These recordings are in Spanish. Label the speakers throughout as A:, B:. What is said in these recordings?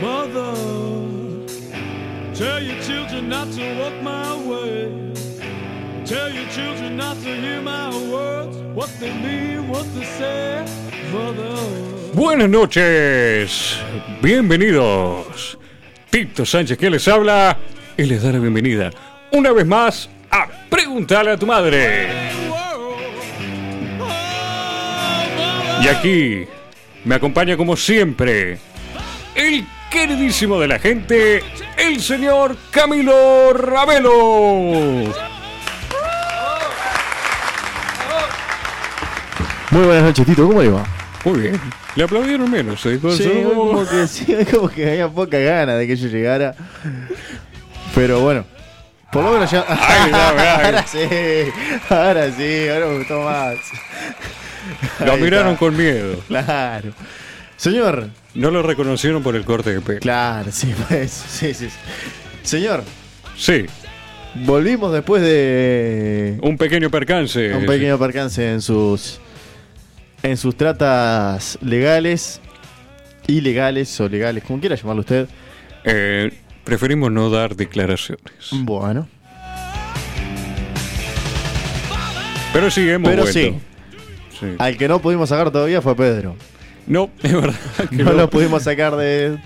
A: Mother, tell your children not to walk my way. Tell your children not to hear my words, what they mean, what they say. Mother.
B: Buenas noches, bienvenidos. Tito Sánchez que les habla y les da la bienvenida una vez más a Preguntarle a tu madre. Y aquí me acompaña como siempre el queridísimo de la gente, el señor Camilo Ravelo.
C: Muy buenas noches, Tito, ¿cómo le va?
B: Muy bien, le aplaudieron menos, se dijo,
C: Sí,
B: "Oh".
C: como que, sí, como que había poca gana de que yo llegara. Pero bueno, por lo menos ya.
B: Ay, no, ay.
C: ahora sí, ahora sí, ahora me gustó más.
B: lo
C: Ahí
B: miraron
C: está.
B: con miedo.
C: Claro. Señor,
B: No lo reconocieron por el corte de pelo.
C: claro, sí, pues, sí, sí. Señor,
B: Sí,
C: volvimos después de
B: un pequeño percance.
C: un pequeño percance en sus. En sus tratas legales, ilegales o legales, como quiera llamarlo usted.
B: Eh, preferimos no dar declaraciones.
C: Mm. Bueno.
B: Pero sí, hemos
C: Pero
B: vuelto.
C: sí.
B: Sí.
C: Al que no pudimos sacar todavía fue a Pedro.
B: No, es verdad. que
C: No lo pudimos sacar de.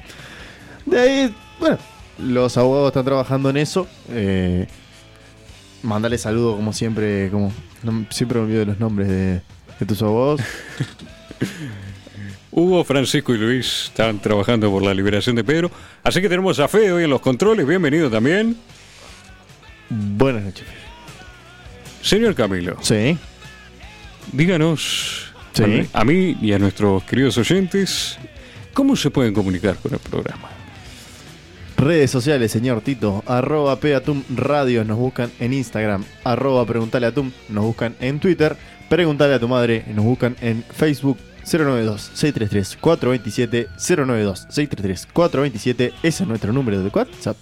C: De ahí. Bueno, los abogados están trabajando en eso. Eh, mandale saludo, como siempre. como no- Siempre me olvido de los nombres de, de tus abogados.
B: Hugo, Francisco y Luis están trabajando por la liberación de Pedro. Así que tenemos a Fede hoy en los controles. Bienvenido también.
C: Buenas noches.
B: Señor Camilo,
C: Sí.
B: díganos
C: Sí.
B: a mí- a mí y a nuestros queridos oyentes cómo se pueden comunicar con el programa.
C: Redes sociales, señor Tito. Arroba Peatum Radio. Nos buscan en Instagram. Arroba Preguntale a Tum. Nos buscan en Twitter. Preguntale a tu madre. Nos buscan en Facebook. 092-633-427. 092-633-427. Ese es nuestro número de WhatsApp.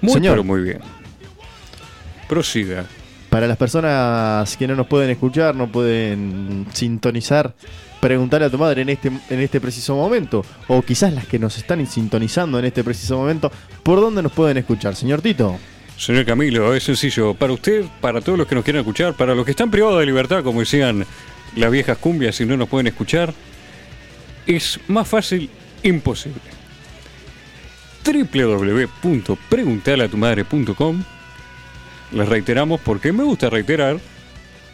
B: Muy,
C: Señor.
B: pero muy bien. Prosiga.
C: Para las personas que no nos pueden escuchar, no pueden sintonizar, preguntarle a tu madre en este, en este preciso momento, o quizás las que nos están sintonizando en este preciso momento, ¿por dónde nos pueden escuchar, señor Tito?
B: Señor Camilo, es sencillo. Para usted, para todos los que nos quieran escuchar, para los que están privados de libertad, como decían las viejas cumbias, si no nos pueden escuchar, es más fácil imposible. www.preguntaleatumadre.com Les reiteramos porque me gusta reiterar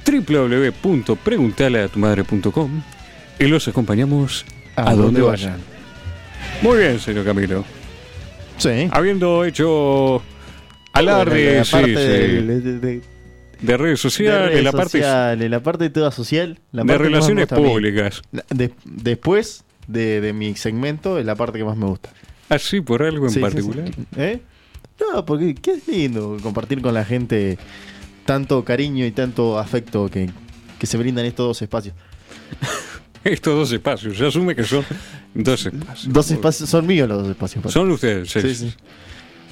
B: www.preguntaleatumadre.com y los acompañamos a, donde vayan. Muy bien, señor Camilo.
C: Sí.
B: Habiendo hecho
C: Bueno,
B: alarde
C: la
B: sí, sí,
C: parte del- de, de- de-
B: de redes
C: de
B: sociales,
C: redes
B: la parte
C: sociales, la parte toda social, la
B: de
C: parte que más me
B: relaciones
C: gusta a mí.
B: públicas.
C: La- de- después de, de mi segmento es la parte que más me gusta.
B: Así por algo en
C: Sí, sí,
B: particular.
C: sí. ¿Eh? No, porque qué es lindo compartir con la gente tanto cariño y tanto afecto que, que se brindan estos dos espacios.
B: Estos dos espacios, se asume que son dos espacios.
C: Dos espacios, son míos los dos espacios. pues.
B: Son ustedes. sí,
C: Sí,
B: sí.
C: sí.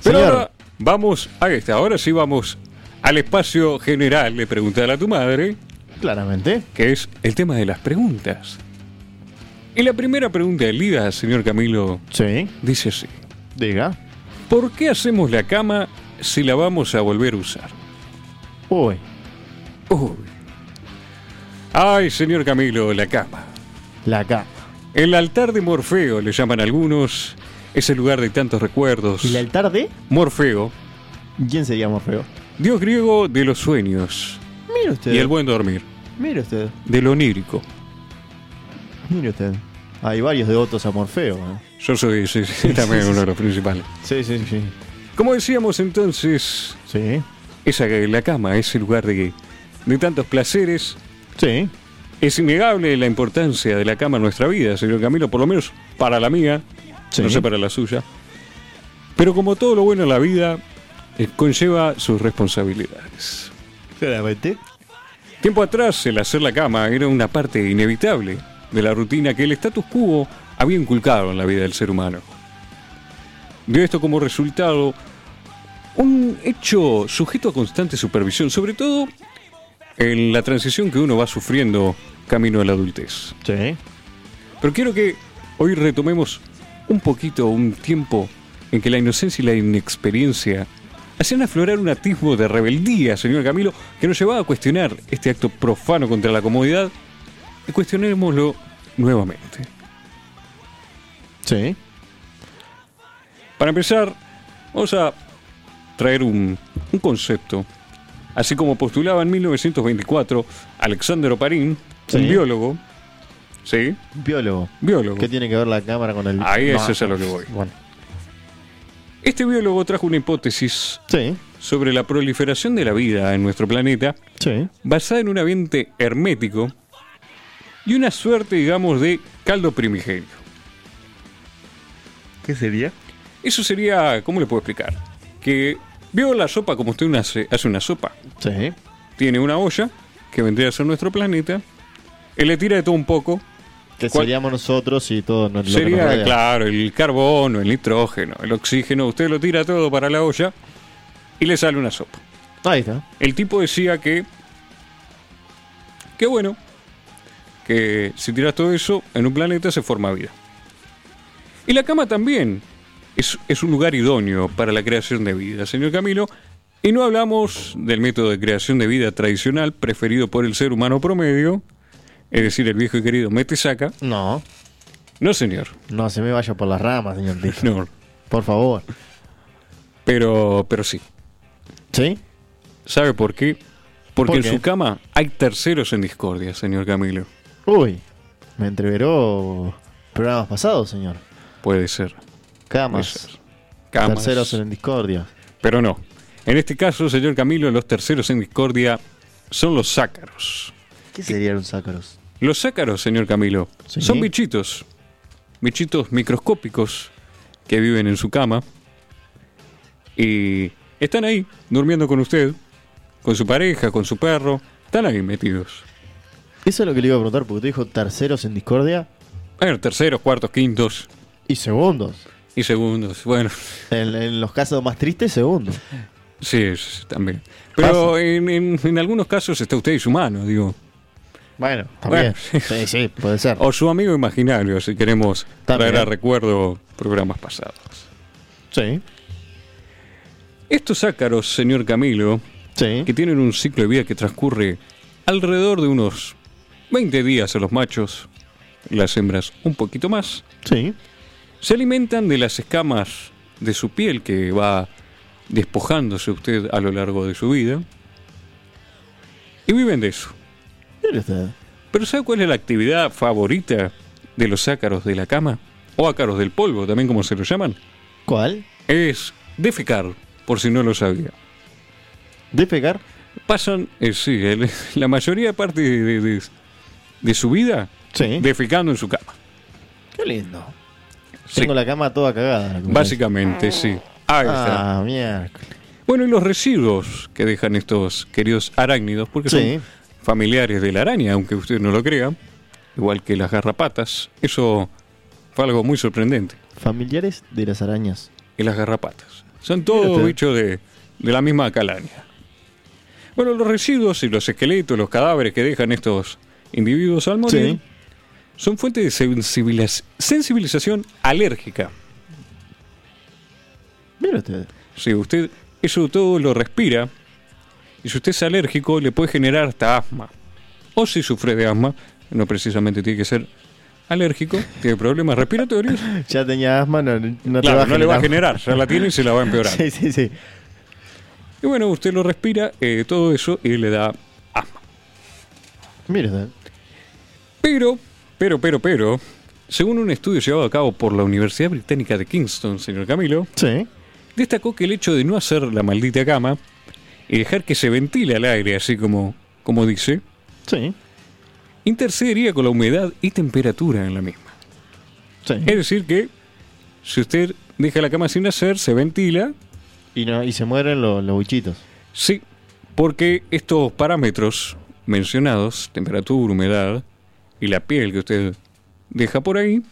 B: Pero
C: Señor.
B: ahora vamos a esta. Ahora sí vamos al espacio general de preguntar a tu madre,
C: Claramente.
B: que es el tema de las preguntas. Y la primera pregunta del día, señor Camilo,
C: Sí.
B: dice así.
C: Diga.
B: ¿Por qué hacemos la cama si la vamos a volver a usar?
C: Uy.
B: Uy. Ay, señor Camilo, la cama.
C: La cama.
B: El altar de Morfeo, le llaman algunos. Es el lugar de tantos recuerdos.
C: ¿Y el altar de?
B: Morfeo,
C: ¿Quién sería Morfeo?
B: dios griego de los sueños
C: Mire usted.
B: y el buen dormir,
C: Mire usted.
B: del onírico.
C: Mire usted. Hay varios devotos a Morfeo. ¿eh?
B: Yo soy sí, sí, también
C: sí, sí.
B: uno de los principales.
C: Sí, sí, sí.
B: Como decíamos entonces,
C: Sí.
B: esa, la cama es el lugar de, de tantos placeres.
C: Sí.
B: Es innegable la importancia de la cama en nuestra vida, señor Camilo, por lo menos para la mía,
C: Sí.
B: no sé para la suya. Pero como todo lo bueno en la vida, eh, conlleva sus responsabilidades.
C: Claramente.
B: Tiempo atrás, el hacer la cama era una parte inevitable de la rutina que el status quo había inculcado en la vida del ser humano. Dio esto como resultado un hecho sujeto a constante supervisión, sobre todo en la transición que uno va sufriendo camino a la adultez.
C: Sí.
B: Pero quiero que hoy retomemos un poquito, un tiempo en que la inocencia y la inexperiencia hacían aflorar un atisbo de rebeldía, señor Camilo, que nos llevaba a cuestionar este acto profano contra la comodidad y cuestionémoslo nuevamente.
C: Sí.
B: Para empezar, vamos a traer un, un concepto. Así como postulaba en 1924 Alexander Oparín,
C: Sí.
B: un biólogo, ¿sí?
C: Biólogo.
B: Biólogo.
C: ¿Qué tiene que ver la cámara con el.?
B: Ahí eso es a lo que voy.
C: Bueno.
B: Este biólogo trajo una hipótesis
C: Sí,
B: sobre la proliferación de la vida en nuestro planeta
C: sí.
B: basada en un ambiente hermético y una suerte, digamos, de caldo primigenio.
C: ¿Qué sería?
B: Eso sería, ¿cómo le puedo explicar? Que veo la sopa como usted una hace, hace una sopa.
C: Sí.
B: Tiene una olla, que vendría a ser nuestro planeta, él le tira de todo un poco,
C: Que
B: ¿Cuál-
C: seríamos nosotros y todo no- lo que nos
B: Sería,
C: rodea.
B: claro, el carbono, el nitrógeno, el oxígeno, usted lo tira todo para la olla y le sale una sopa.
C: Ahí está.
B: El tipo decía que. Que bueno. Que si tiras todo eso, en un planeta se forma vida. Y la cama también es, es un lugar idóneo para la creación de vida, señor Camilo. Y no hablamos del método de creación de vida tradicional preferido por el ser humano promedio, es decir, el viejo y querido mete y saca.
C: No,
B: No, señor.
C: no se me vaya por las ramas, señor Tito.
B: No.
C: Por favor.
B: Pero, pero sí.
C: ¿Sí?
B: ¿Sabe por qué? Porque
C: ¿Por
B: en
C: qué?
B: su cama hay terceros en discordia, señor Camilo.
C: Uy, me entreveró programas pasados, señor.
B: Puede ser.
C: Camas.
B: Camas.
C: Terceros en discordia.
B: Pero no. En este caso, señor Camilo, los terceros en discordia son los zácaros.
C: ¿Qué serían los sácaros?
B: Los zácaros, señor Camilo,
C: Sí.
B: son bichitos. Bichitos microscópicos que viven en su cama. Y están ahí, durmiendo con usted, con su pareja, con su perro. Están ahí metidos.
C: Eso es lo que le iba a preguntar, porque usted dijo terceros en discordia
B: A ver, terceros, cuartos, quintos
C: y segundos.
B: y segundos. Bueno,
C: En, en los casos más tristes, segundos.
B: sí, sí, también. Pero
C: Pasa.
B: en, en- en algunos casos está usted y su mano, digo.
C: Bueno, también.
B: Bueno. Oh.
C: Sí, sí, puede ser.
B: O su amigo imaginario, si queremos
C: También.
B: traer a recuerdo programas pasados.
C: Sí,
B: Estos ácaros, señor Camilo,
C: sí.
B: que tienen un ciclo de vida que transcurre alrededor de unos 20 días en los machos, las hembras un poquito más,
C: Sí.
B: se alimentan de las escamas de su piel que va despojándose usted a lo largo de su vida y viven de eso.
C: Mire usted.
B: Pero ¿sabe cuál es la actividad favorita de los ácaros de la cama? O ácaros del polvo, también como se lo llaman.
C: ¿Cuál?
B: es defecar, por si no lo sabía.
C: ¿Defecar?
B: Pasan, eh, sí, el- la mayoría de parte de, de- de su vida
C: Sí.
B: defecando en su cama.
C: Qué lindo.
B: Sí,
C: Tengo la cama toda cagada.
B: básicamente, sí. Ahí está.
C: Ah, miércoles.
B: Bueno, y los residuos que dejan estos queridos arácnidos, porque
C: Sí.
B: son familiares de la araña, aunque usted no lo crea, igual que las garrapatas, eso fue algo muy sorprendente.
C: Familiares de las arañas.
B: y las garrapatas. Son todos
C: Fíjate.
B: bichos de, de la misma calaña. Bueno, los residuos y los esqueletos, los cadáveres que dejan estos individuos al morir,
C: Sí.
B: son fuente de sensibiliz- sensibilización alérgica.
C: Mire usted.
B: Si usted eso todo lo respira, y si usted es alérgico, le puede generar hasta asma. O si sufre de asma, no precisamente tiene que ser alérgico, tiene problemas respiratorios,
C: Ya tenía asma, no, no te
B: claro,
C: va a
B: no le va a
C: generar.
B: generar, ya la tiene y se la va a empeorar.
C: Sí, sí, sí.
B: Y bueno, usted lo respira, eh, todo eso, y le da asma.
C: Mire usted.
B: Pero, pero, pero, pero, según un estudio llevado a cabo por la Universidad Británica de Kingston, señor Camilo,
C: Sí.
B: destacó que el hecho de no hacer la maldita cama y dejar que se ventile al aire, así como, como dice,
C: Sí.
B: intercedería con la humedad y temperatura en la misma.
C: Sí.
B: Es decir que, si usted deja la cama sin hacer, se ventila,
C: Y, no, y se mueren lo- los bichitos.
B: Sí, porque estos parámetros mencionados, temperatura, humedad y la piel que usted deja por ahí,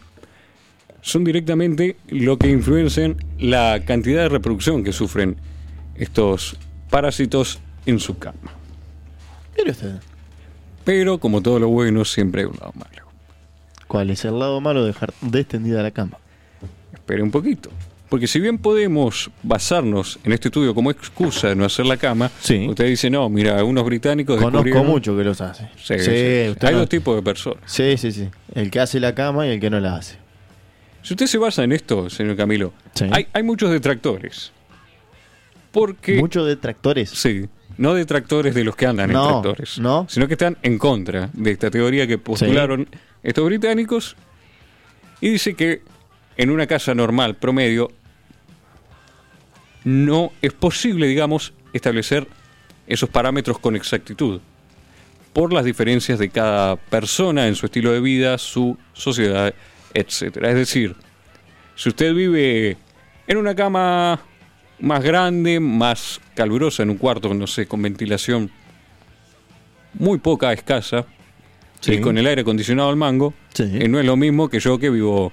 B: son directamente lo que influencian la cantidad de reproducción que sufren estos parásitos en su cama.
C: Mire usted.
B: Pero como todo lo bueno, siempre hay un lado malo.
C: ¿Cuál es el lado malo de dejar destendida la cama?
B: espere un poquito. Porque si bien podemos basarnos en este estudio como excusa de no hacer la cama,
C: Sí.
B: usted dice, no, mira, unos británicos
C: Conozco
B: descubrieron-
C: mucho que los hace.
B: Sí, sí, sí.
C: usted
B: Hay
C: no-
B: dos tipos de personas.
C: Sí, sí, sí. El que hace la cama y el que no la hace.
B: Si usted se basa en esto, señor Camilo,
C: Sí.
B: hay, hay muchos detractores. Porque...
C: Muchos detractores.
B: Sí, no detractores de los que andan
C: No,
B: en tractores,
C: no.
B: sino que están en contra de esta teoría que postularon estos británicos y dice que en una casa normal promedio no es posible, digamos, establecer esos parámetros con exactitud por las diferencias de cada persona en su estilo de vida, su sociedad, etcétera. Es decir, si usted vive en una cama más grande, más calurosa, en un cuarto, no sé, con ventilación muy poca, escasa,
C: Sí.
B: y con el aire acondicionado al mango,
C: Sí.
B: eh, no es lo mismo que yo que vivo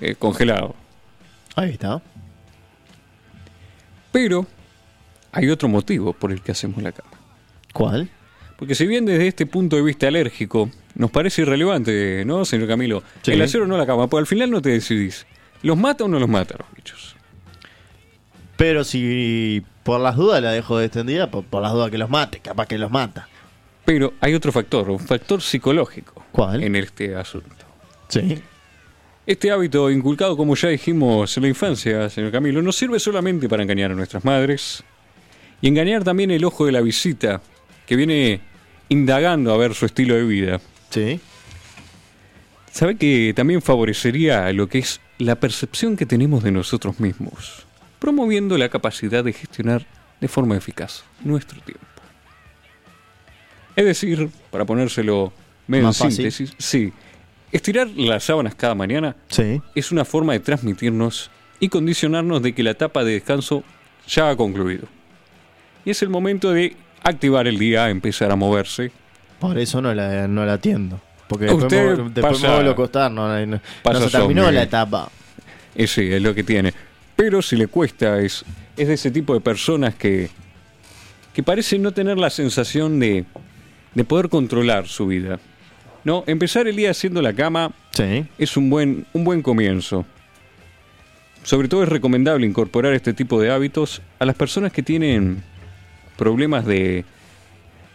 B: eh, congelado.
C: Ahí está.
B: Pero hay otro motivo por el que hacemos la cama.
C: ¿Cuál?
B: Porque si bien desde este punto de vista alérgico nos parece irrelevante, ¿no, señor Camilo?
C: Sí.
B: El acero no la cama, porque al final no te decidís. ¿Los mata o no los mata los bichos?
C: Pero si por las dudas la dejo de extendida, por, por las dudas que los mate, capaz que los mata.
B: Pero hay otro factor, un factor psicológico
C: ¿Cuál?
B: en este asunto.
C: Sí.
B: Este hábito inculcado, como ya dijimos en la infancia, señor Camilo, nos sirve solamente para engañar a nuestras madres y engañar también el ojo de la visita, que viene indagando a ver su estilo de vida.
C: Sí.
B: ¿Sabe que también favorecería lo que es la percepción que tenemos de nosotros mismos, promoviendo la capacidad de gestionar de forma eficaz nuestro tiempo? Es decir, para ponérselo medio
C: Más
B: en
C: fácil.
B: síntesis, sí, estirar las sábanas cada mañana
C: Sí.
B: es una forma de transmitirnos y condicionarnos de que la etapa de descanso ya ha concluido. Y es el momento de activar el día, empezar a moverse.
C: Por eso no la, no la atiendo. Porque
B: A
C: después,
B: usted
C: me, después
B: pasa-
C: me vuelvo a acostar, no, no- no
B: pasa
C: se terminó
B: zombie.
C: la etapa.
B: Eh, sí, es lo que tiene. Pero si le cuesta, es, es de ese tipo de personas que, que parecen no tener la sensación de, de poder controlar su vida. No, empezar el día haciendo la cama
C: Sí.
B: es un buen, un buen comienzo. Sobre todo es recomendable incorporar este tipo de hábitos a las personas que tienen problemas de,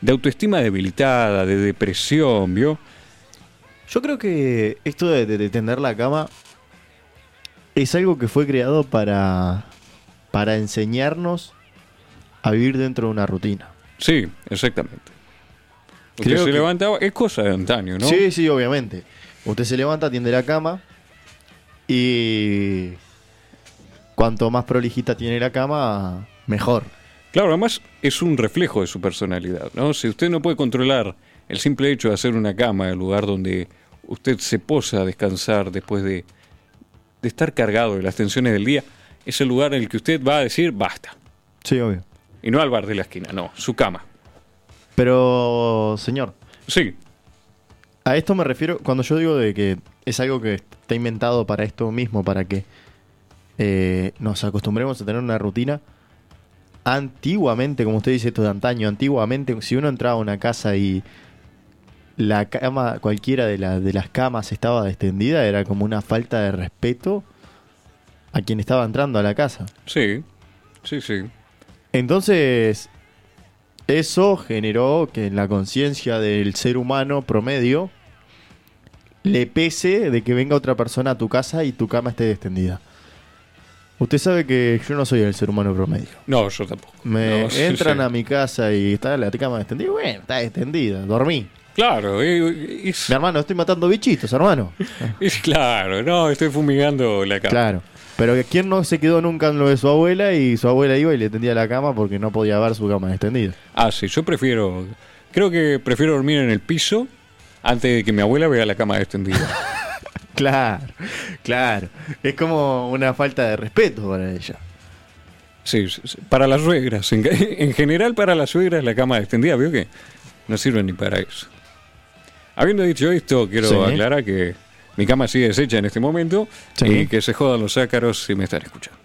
B: de autoestima debilitada, de depresión, ¿vio?
C: Yo creo que esto de, de- de tender la cama es algo que fue creado para, para enseñarnos a vivir dentro de una rutina.
B: Sí, exactamente. Usted
C: Creo
B: se
C: que-
B: levantaba, es cosa de antaño, ¿no?
C: Sí, sí, obviamente. Usted se levanta, tiende la cama y cuanto más prolijita tiene la cama, mejor.
B: Claro, además es un reflejo de su personalidad, ¿no? Si usted no puede controlar el simple hecho de hacer una cama, el lugar donde usted se posa a descansar después de, de estar cargado de las tensiones del día, es el lugar en el que usted va a decir basta.
C: Sí, obvio.
B: Y no al bar de la esquina, no, su cama.
C: Pero, señor,
B: Sí,
C: A esto me refiero cuando yo digo de que es algo que está inventado para esto mismo, para que eh, nos acostumbremos a tener una rutina. Antiguamente, como usted dice esto de antaño, antiguamente, si uno entraba a una casa y la cama, cualquiera de, la- de las camas estaba extendida, era como una falta de respeto a quien estaba entrando a la casa.
B: sí, sí, sí.
C: Entonces, eso generó que en la conciencia del ser humano promedio le pese de que venga otra persona a tu casa y tu cama esté extendida. Usted sabe que yo no soy el ser humano promedio.
B: No, yo tampoco.
C: Me
B: No, sí,
C: entran
B: sí.
C: a mi casa y está la cama extendida. Bueno, está extendida, dormí.
B: Claro, eh, es,
C: Mi hermano, estoy matando bichitos, hermano.
B: es claro, no, estoy fumigando la cama.
C: Claro. Pero ¿quién no se quedó nunca en lo de su abuela y su abuela iba y le tendía la cama porque no podía ver su cama extendida?
B: Ah, sí, yo prefiero. Creo que prefiero dormir en el piso antes de que mi abuela vea la cama extendida.
C: Claro, claro. Es como una falta de respeto para ella.
B: Sí, sí, sí, para las suegras. En, en general, para las suegras la cama extendida, veo que no sirve ni para eso. Habiendo dicho esto, quiero
C: Sí.
B: aclarar que mi cama sigue deshecha en este momento
C: Sí.
B: y que se jodan los ácaros si me están escuchando.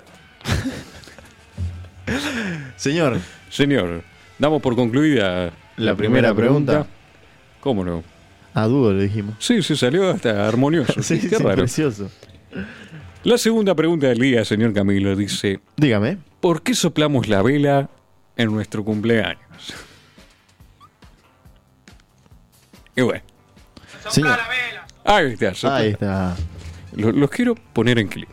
C: Señor,
B: Señor, damos por concluida
C: La primera pregunta.
B: ¿Cómo no?
C: a dúo lo dijimos.
B: Sí, sí, salió hasta armonioso.
C: Sí,
B: Qué
C: sí,
B: raro.
C: precioso.
B: La segunda pregunta del día, señor Camilo, dice:
C: Dígame.
B: ¿Por qué soplamos la vela en nuestro cumpleaños? Y bueno,
C: Señor.
B: ahí está. sopla.
C: Ahí está.
B: Lo- Los, quiero poner en clima.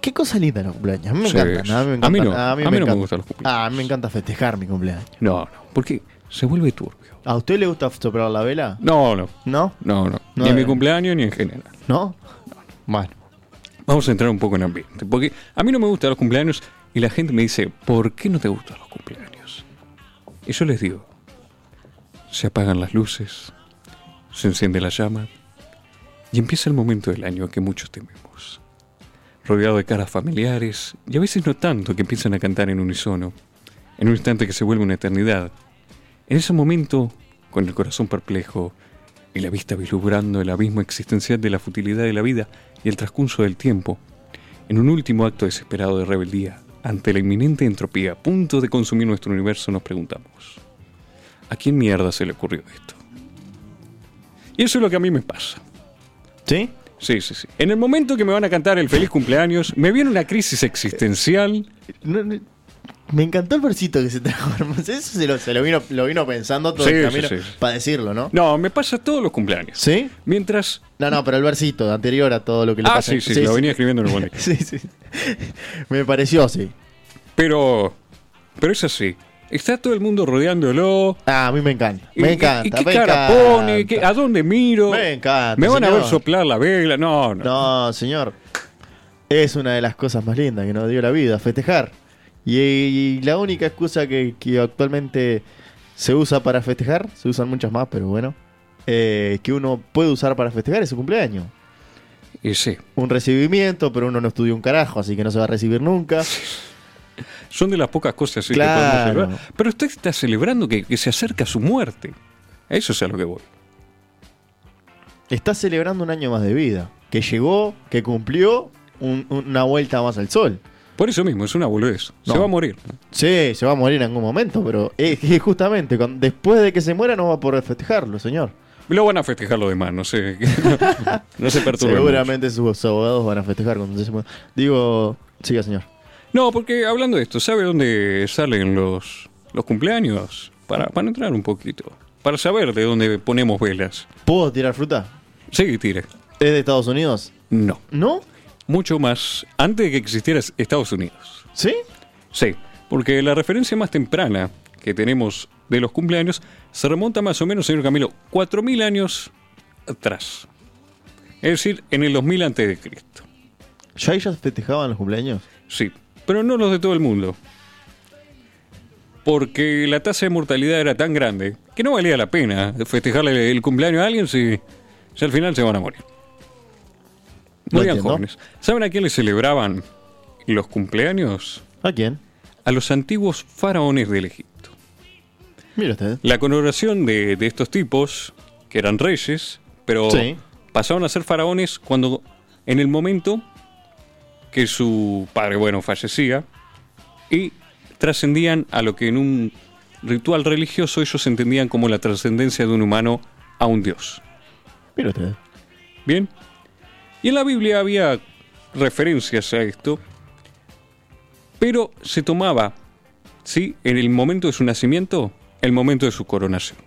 C: Qué cosa linda los cumpleaños. A mí me
B: Sí,
C: encantan. A mí, me
B: a mí
C: encantan,
B: no, a mí no me
C: encanta.
B: gustan los cumpleaños.
C: Ah, a mí me encanta festejar mi cumpleaños.
B: No, no, porque se vuelve turbio.
C: ¿A usted le gusta soplar la vela?
B: No, no,
C: ¿No?
B: no, no.
C: No,
B: Ni en
C: eh.
B: mi cumpleaños ni en general.
C: ¿No? Bueno.
B: Vamos a entrar un poco en ambiente. Porque a mí no me gustan los cumpleaños y la gente me dice, ¿por qué no te gustan los cumpleaños? Y yo les digo, se apagan las luces, se enciende la llama y empieza el momento del año que muchos tememos. Rodeado de caras familiares y a veces no tanto que empiezan a cantar en unisono, en un instante que se vuelve una eternidad. En ese momento, con el corazón perplejo, y la vista vislumbrando el abismo existencial de la futilidad de la vida y el transcurso del tiempo, en un último acto desesperado de rebeldía, ante la inminente entropía a punto de consumir nuestro universo, nos preguntamos, ¿a quién mierda se le ocurrió esto? Y eso es lo que a mí me pasa.
C: ¿Sí?
B: Sí, sí, sí. En el momento que me van a cantar el feliz cumpleaños, me viene una crisis existencial.
C: No, no, me encantó el versito que se trajo, hermano. Eso se lo, se lo vino, lo vino pensando todo
B: Sí,
C: el
B: sí,
C: camino
B: sí.
C: para decirlo, ¿no?
B: No, me pasa todos los cumpleaños.
C: ¿Sí?
B: Mientras...
C: No, no, pero el versito anterior a todo lo que le
B: Ah,
C: pasa.
B: sí, sí, lo venía escribiendo en el bondi.
C: Sí, sí. Me pareció así.
B: Pero... Pero es así. Está todo el mundo rodeándolo,
C: Ah, a mí me encanta.
B: ¿Y-
C: Me
B: y-
C: encanta.
B: ¿Y qué
C: me
B: cara
C: encanta.
B: pone? ¿Qué- ah, ¿A dónde miro?
C: Me encanta,
B: ¿Me van a
C: señor.
B: ver soplar la vela? No, no.
C: No, señor. Es una de las cosas más lindas que nos dio la vida, festejar. Y, y la única excusa que, que actualmente se usa para festejar, se usan muchas más, pero bueno, eh, que uno puede usar para festejar es su cumpleaños.
B: Y sí,
C: Un recibimiento, pero uno no estudió un carajo, así que no se va a recibir nunca.
B: son de las pocas cosas así
C: Claro.
B: que podemos celebrar. Pero usted está celebrando que, que se acerca su muerte. A eso es a lo que voy.
C: Está celebrando un año más de vida, que llegó, que cumplió un- una vuelta más al sol.
B: Por eso mismo, es una boludez.
C: No.
B: Se va a morir. ¿no?
C: Sí, se va a morir en algún momento, pero es, es justamente, cuando- después de que se muera no va a poder festejarlo, señor.
B: Lo van a festejar los demás, no sé. no, se perturben.
C: Seguramente sus abogados van a festejar cuando se muera. Digo, siga, señor.
B: mucho. No, porque hablando de esto, ¿sabe dónde salen los, los cumpleaños? Para, para entrar un poquito. Para saber de dónde ponemos velas.
C: ¿Puedo tirar fruta?
B: Sí, tire.
C: ¿Es de Estados Unidos?
B: No.
C: ¿No?
B: Mucho más antes de que existiera Estados Unidos.
C: ¿Sí?
B: Sí, porque la referencia más temprana que tenemos de los cumpleaños se remonta más o menos, señor Camilo, 4.000 años atrás. Es decir, en el 2000 antes de Cristo.
C: ¿Ya ellos festejaban los cumpleaños?
B: Sí, pero no los de todo el mundo. Porque la tasa de mortalidad era tan grande que no valía la pena festejarle el cumpleaños a alguien si, si al final se van a morir.
C: No
B: Morían
C: entiendo.
B: jóvenes. ¿Saben a quién le celebraban los cumpleaños?
C: ¿A quién?
B: A los antiguos faraones del Egipto.
C: Mire usted.
B: La coronación de, de estos tipos, que eran reyes, pero
C: Sí.
B: pasaron a ser faraones cuando, en el momento que su padre, bueno, fallecía, y trascendían a lo que en un ritual religioso ellos entendían como la trascendencia de un humano a un dios.
C: Mire usted.
B: Bien. Y en la Biblia había referencias a esto, pero se tomaba, ¿sí? En el momento de su nacimiento, el momento de su coronación.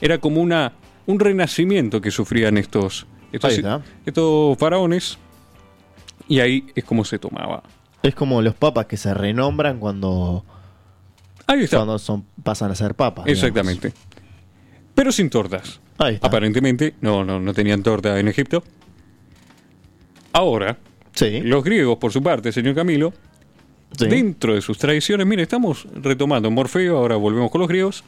B: Era como una, un renacimiento que sufrían estos, estos,
C: Ahí está.
B: estos faraones, y ahí es como se tomaba.
C: Es como los papas que se renombran cuando,
B: Ahí está,
C: cuando son, pasan a ser papas. digamos.
B: exactamente. Ah, Pero sin tortas.
C: Ahí está.
B: Aparentemente, no, no, no tenían torta en Egipto. Ahora,
C: Sí.
B: Los griegos, por su parte, señor Camilo,
C: sí.
B: dentro de sus tradiciones, mire, estamos retomando Morfeo, ahora volvemos con los griegos,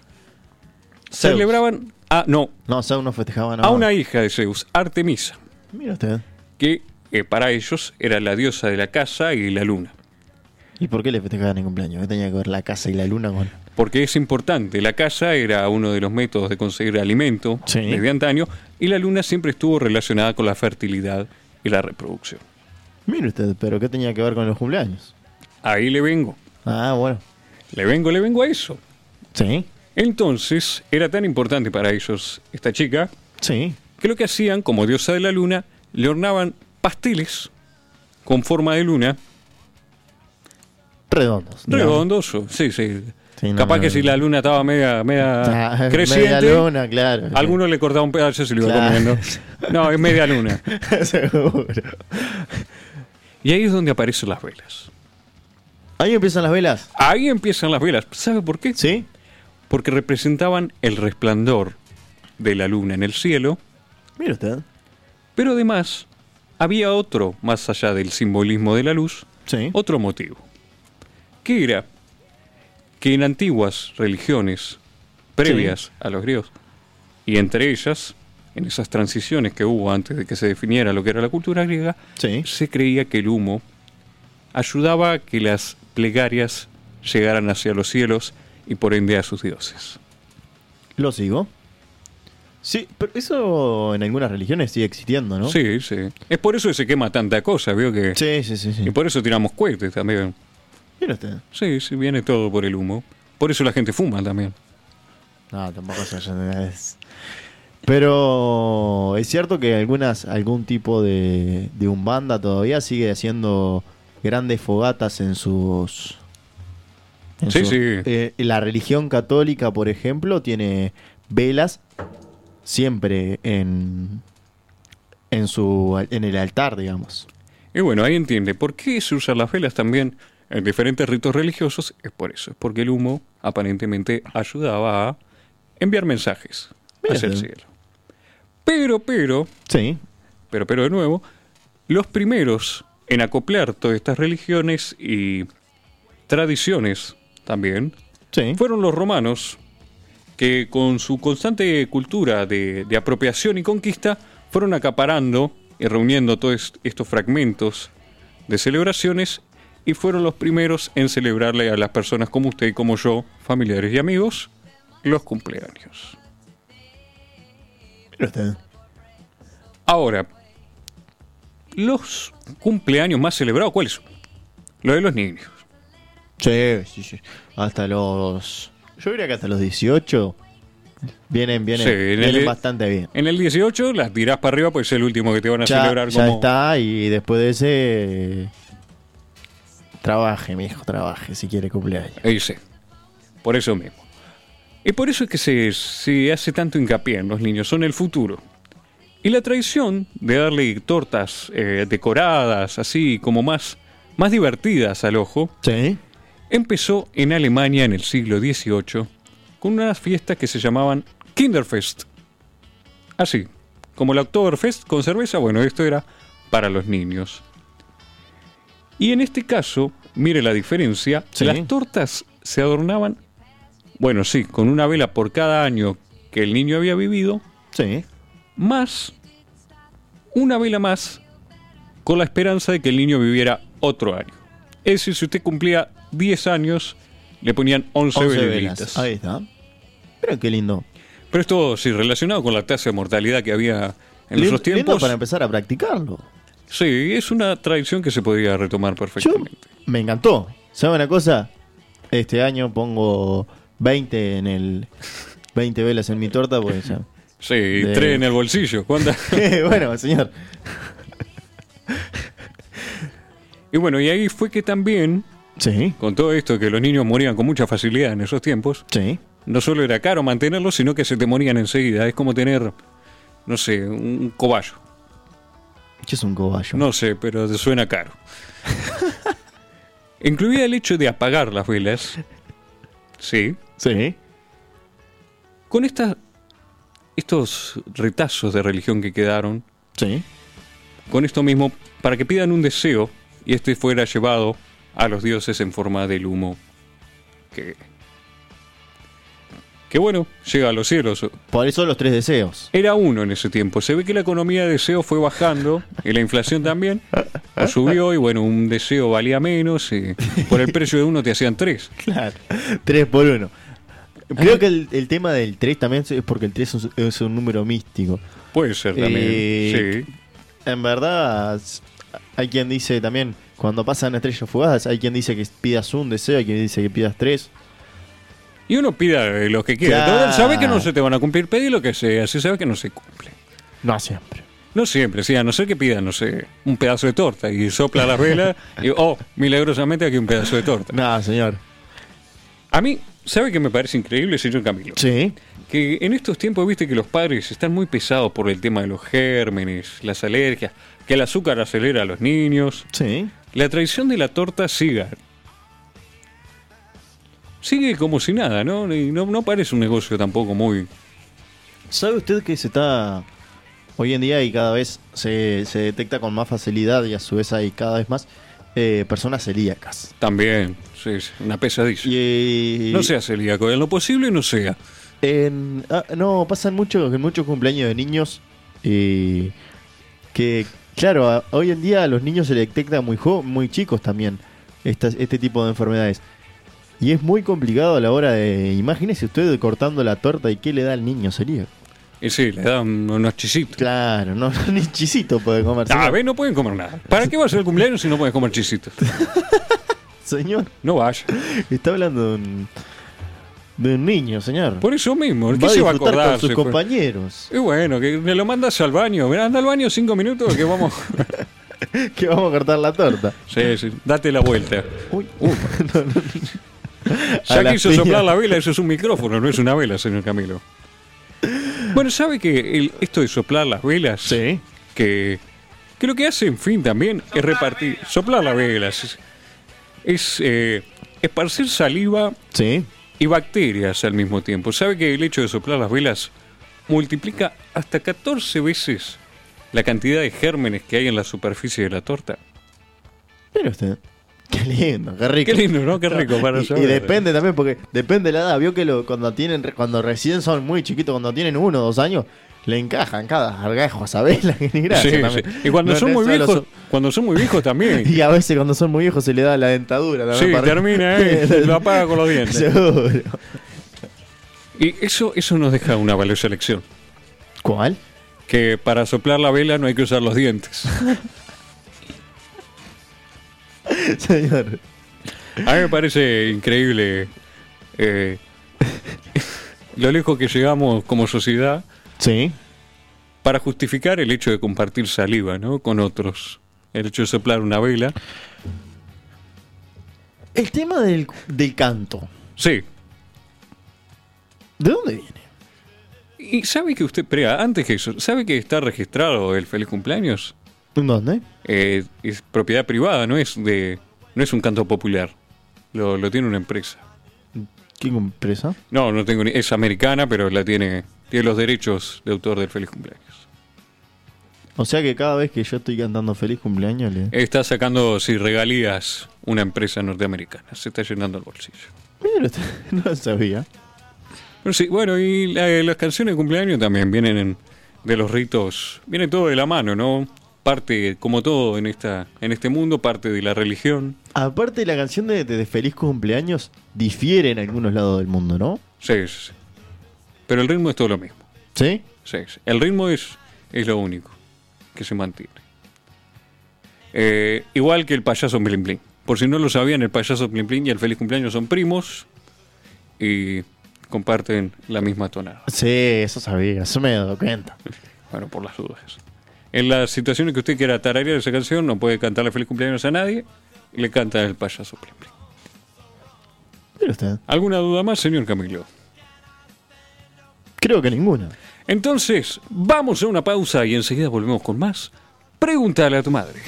B: celebraban a, no,
C: No, Zeus no festejaba nada.
B: a una hija de Zeus, Artemisa,
C: Mire usted.
B: que eh, para ellos era la diosa de la casa y la luna.
C: ¿Y por qué le festejaban el cumpleaños? ¿Qué tenía que ver la casa y la luna con...?
B: Porque es importante, la casa era uno de los métodos de conseguir alimento
C: Sí.
B: desde antaño y la luna siempre estuvo relacionada con la fertilidad y la reproducción.
C: Mire usted, pero ¿qué tenía que ver con los cumpleaños?
B: Ahí le vengo,
C: Ah, bueno.
B: le vengo, le vengo a eso.
C: Sí,
B: Entonces, era tan importante para ellos esta chica
C: sí.
B: que lo que hacían, como diosa de la luna, le ornaban pasteles con forma de luna,
C: Redondos. digamos.
B: redondoso, sí, sí.
C: Sí, no,
B: Capaz
C: no,
B: que
C: no.
B: si la luna estaba media, media
C: Ah,
B: creciente,
C: media luna, claro.
B: alguno le cortaba un pedazo y se lo iba
C: Claro.
B: comiendo. No, es media luna.
C: Seguro.
B: Y ahí es donde aparecen las velas.
C: Ahí empiezan las velas.
B: Ahí empiezan las velas. ¿Sabe por qué?
C: ¿Sí?
B: Porque representaban el resplandor de la luna en el cielo,
C: Mira usted.
B: pero además había otro, más allá del simbolismo de la luz,
C: Sí.
B: otro motivo, que era que en antiguas religiones previas a los griegos, y entre ellas, en esas transiciones que hubo antes de que se definiera lo que era la cultura griega,
C: Sí.
B: se creía que el humo ayudaba a que las plegarias llegaran hacia los cielos y por ende a sus dioses.
C: Lo sigo. Sí, pero eso en algunas religiones sigue existiendo, ¿no?
B: Sí, sí. Es por eso que se quema tanta cosa, veo que...
C: Sí, sí, sí. sí.
B: Y por eso tiramos cohetes también.
C: Mira usted.
B: Sí, sí, viene todo por el humo. Por eso la gente fuma también.
C: No, tampoco se es. Pero es cierto que algunas algún tipo de, de umbanda todavía sigue haciendo grandes fogatas en sus... en
B: Sí,
C: sus-
B: sí.
C: eh, la religión católica, por ejemplo, tiene velas siempre en, en, su, al- en el altar, digamos.
B: Y bueno, ahí entiende. ¿Por qué se usan las velas también en diferentes ritos religiosos? Es por eso. Es porque el humo aparentemente ayudaba a enviar mensajes
C: Mira.
B: hacia el cielo. Pero, pero,
C: Sí.
B: pero, pero de nuevo, los primeros en acoplar todas estas religiones y tradiciones también
C: Sí.
B: fueron los romanos que con su constante cultura de, de apropiación y conquista fueron acaparando y reuniendo todos est- estos fragmentos de celebraciones y fueron los primeros en celebrarle a las personas como usted y como yo, familiares y amigos, los cumpleaños.
C: Mira usted.
B: Ahora, los cumpleaños más celebrados, ¿cuáles son? Lo de los niños.
C: Sí, sí, sí. Hasta los. Yo diría que hasta los 18 vienen, vienen,
B: Sí, en el
C: vienen
B: de-
C: bastante bien.
B: En el 18 las tirás para arriba, pues es el último que te van a
C: Ya,
B: celebrar
C: ya
B: como...
C: está, y después de ese. eh, Trabaje, mijo, trabaje si quiere cumpleaños.
B: Ahí sí. Por eso mismo. Y por eso es que se, se hace tanto hincapié en los niños, son el futuro. Y la tradición de darle tortas eh, decoradas, así como más, más divertidas al ojo,
C: Sí.
B: empezó en Alemania en el siglo XVIII con unas fiestas que se llamaban Kinderfest. Así, como la Oktoberfest con cerveza, bueno, esto era para los niños. Y en este caso, mire la diferencia,
C: Sí.
B: las tortas se adornaban, bueno, sí, con una vela por cada año que el niño había vivido,
C: Sí.
B: más una vela más con la esperanza de que el niño viviera otro año. Es decir, si usted cumplía 10 años, le ponían 11,
C: 11
B: velitas.
C: velas. Ahí está. Pero qué lindo.
B: Pero esto sí, relacionado con la tasa de mortalidad que había en
C: Lin-
B: nuestros
C: Lindo
B: tiempos.
C: para empezar a practicarlo.
B: Sí, es una tradición que se podría retomar
C: Yo
B: perfectamente.
C: me encantó. ¿Sabe una cosa? Este año pongo 20 en el. 20 velas en mi torta, porque ya.
B: Sí, tres en el bolsillo. ¿Cuántas?
C: bueno, señor.
B: y bueno, y ahí fue que también,
C: Sí.
B: con todo esto que los niños morían con mucha facilidad en esos tiempos,
C: Sí.
B: no solo era caro mantenerlos, sino que se te morían enseguida. Es como tener, no sé, un cobayo.
C: ¿Qué es un cobayo?
B: No sé, pero te suena caro. Incluía el hecho de apagar las velas. Sí.
C: Sí.
B: Con estas estos retazos de religión que quedaron,
C: Sí.
B: con esto mismo, para que pidan un deseo y este fuera llevado a los dioses en forma del humo. Que, que bueno, llega a los cielos.
C: Por eso los tres deseos.
B: Era uno en ese tiempo. Se ve que la economía de deseo fue bajando y la inflación también. O subió y bueno, un deseo valía menos y por el precio de uno te hacían tres.
C: Claro. Tres por uno. Creo que el, el tema del tres también es porque el tres es un, es un número místico.
B: Puede ser también.
C: Eh,
B: Sí.
C: En verdad, s- hay quien dice también, cuando pasan estrellas fugadas, hay quien dice que pidas un deseo, hay quien dice que pidas tres.
B: Y uno pida eh, lo que quiera.
C: Claro.
B: Sabe que no se te van a cumplir, pedí lo que sea. Si sabe que no se cumple.
C: No siempre.
B: No siempre, sí, a no ser que pidan, no sé, un pedazo de torta y sopla las velas y, oh, milagrosamente aquí un pedazo de torta.
C: Nada, señor.
B: A mí, ¿sabe que me parece increíble, señor Camilo?
C: Sí.
B: Que en estos tiempos, viste que los padres están muy pesados por el tema de los gérmenes, las alergias, que el azúcar acelera a los niños.
C: Sí.
B: La tradición de la torta sigue. Sigue como si nada, ¿no? Y no, no parece un negocio tampoco muy...
C: ¿Sabe usted que se está hoy en día y cada vez se, se detecta con más facilidad y a su vez hay cada vez más eh, personas celíacas?
B: También, sí, es una pesadilla.
C: Y, eh,
B: No sea celíaco, en lo posible no sea.
C: En- ah, no, pasan muchos muchos cumpleaños de niños y que, claro, a- hoy en día a los niños se les detecta muy, jo- muy chicos también estas- este tipo de enfermedades. Y es muy complicado a la hora de... Imagínese usted cortando la torta y qué le da al niño, sería.
B: Y sí, le dan unos chisitos.
C: Claro, no, ni chisito puede comer.
B: Ah,
C: señor.
B: ve, no pueden comer nada. ¿Para qué vas al cumpleaños si no puedes comer chisitos?
C: Señor,
B: No vaya.
C: está hablando de un, de un niño, señor.
B: Por eso mismo, ¿qué
C: Va a
B: se va a pues.
C: disfrutar
B: acordar?
C: con sus compañeros.
B: Y bueno, que me lo mandas al baño. Mirá, anda al baño cinco minutos que vamos.
C: Que vamos a cortar la torta.
B: sí, sí, date la vuelta.
C: Uy, A
B: Uh. Ya
C: la
B: quiso
C: piña.
B: soplar la vela, eso es un micrófono, no es una vela, señor Camilo. Bueno, ¿sabe que el- esto de soplar las velas?
C: Sí.
B: Que, que lo que hace, en fin, también es repartir. Soplar las velas. Es, es, eh, esparcir saliva
C: Sí.
B: y bacterias al mismo tiempo. ¿Sabe que el hecho de soplar las velas multiplica hasta 14 veces la cantidad de gérmenes que hay en la superficie de la torta?
C: Mira usted. Qué lindo, qué rico.
B: Qué lindo, ¿no? Qué rico para
C: y,
B: saber.
C: y depende también, porque depende de la edad. Vio que lo- cuando tienen, re- cuando recién son muy chiquitos, cuando tienen uno o dos años, le encajan cada gargajo a Sabela. Que ni gracia
B: Sí,
C: también.
B: sí. Y cuando
C: No,
B: son
C: no
B: muy
C: es solo
B: viejos, cuando son muy viejos también.
C: so- Y a veces cuando son muy viejos se le da la dentadura. también
B: Sí,
C: para-
B: termina, ¿eh? lo apaga con los dientes.
C: Seguro.
B: Y eso, eso nos deja una valiosa lección.
C: ¿Cuál?
B: Que para soplar la vela no hay que usar los dientes.
C: Señor.
B: A mí me parece increíble eh, lo lejos que llegamos como sociedad
C: Sí.
B: para justificar el hecho de compartir saliva ¿no? con otros. El hecho de soplar una vela.
C: El tema del, del canto.
B: Sí.
C: ¿De dónde viene?
B: Y sabe que usted, prea, antes que eso, ¿sabe que está registrado el feliz cumpleaños?
C: ¿En dónde?
B: Eh, es propiedad privada, no es de, no es un canto popular. Lo, lo tiene una empresa.
C: ¿Qué empresa?
B: No, no tengo ni, es americana, pero la tiene, tiene los derechos de autor del feliz cumpleaños.
C: O sea que cada vez que yo estoy cantando feliz cumpleaños le...
B: Está sacando, si regalías, una empresa norteamericana. Se está llenando el bolsillo.
C: Mira usted, no lo sabía.
B: Pero sí, bueno, y la- las canciones de cumpleaños también vienen en- de los ritos. Viene todo de la mano, ¿no? Parte, como todo en, esta, en este mundo, parte de la religión.
C: Aparte la canción de, de- de feliz cumpleaños difiere en algunos lados del mundo, ¿no?
B: Sí, sí, sí. Pero el ritmo es todo lo mismo.
C: ¿Sí?
B: Sí, sí. El ritmo es, es lo único que se mantiene. Eh, igual que el payaso Blin Blin. Por si no lo sabían, el payaso Blin Blin y el feliz cumpleaños son primos y comparten la misma tonada.
C: Sí, eso sabía, eso me he dado cuenta.
B: Bueno, por las dudas. En las situaciones que usted quiera tararear esa canción, no puede cantarle feliz cumpleaños a nadie, le canta el payaso Blin Blin.
C: Mira usted,
B: ¿Alguna duda más, señor Camilo?
C: creo que ninguna.
B: Entonces, vamos a una pausa y enseguida volvemos con más. Pregúntale a tu madre.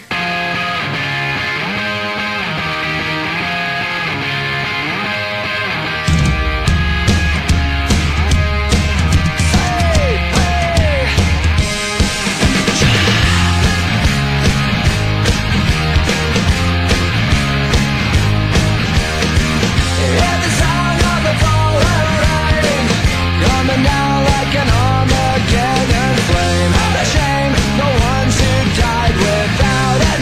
D: Without a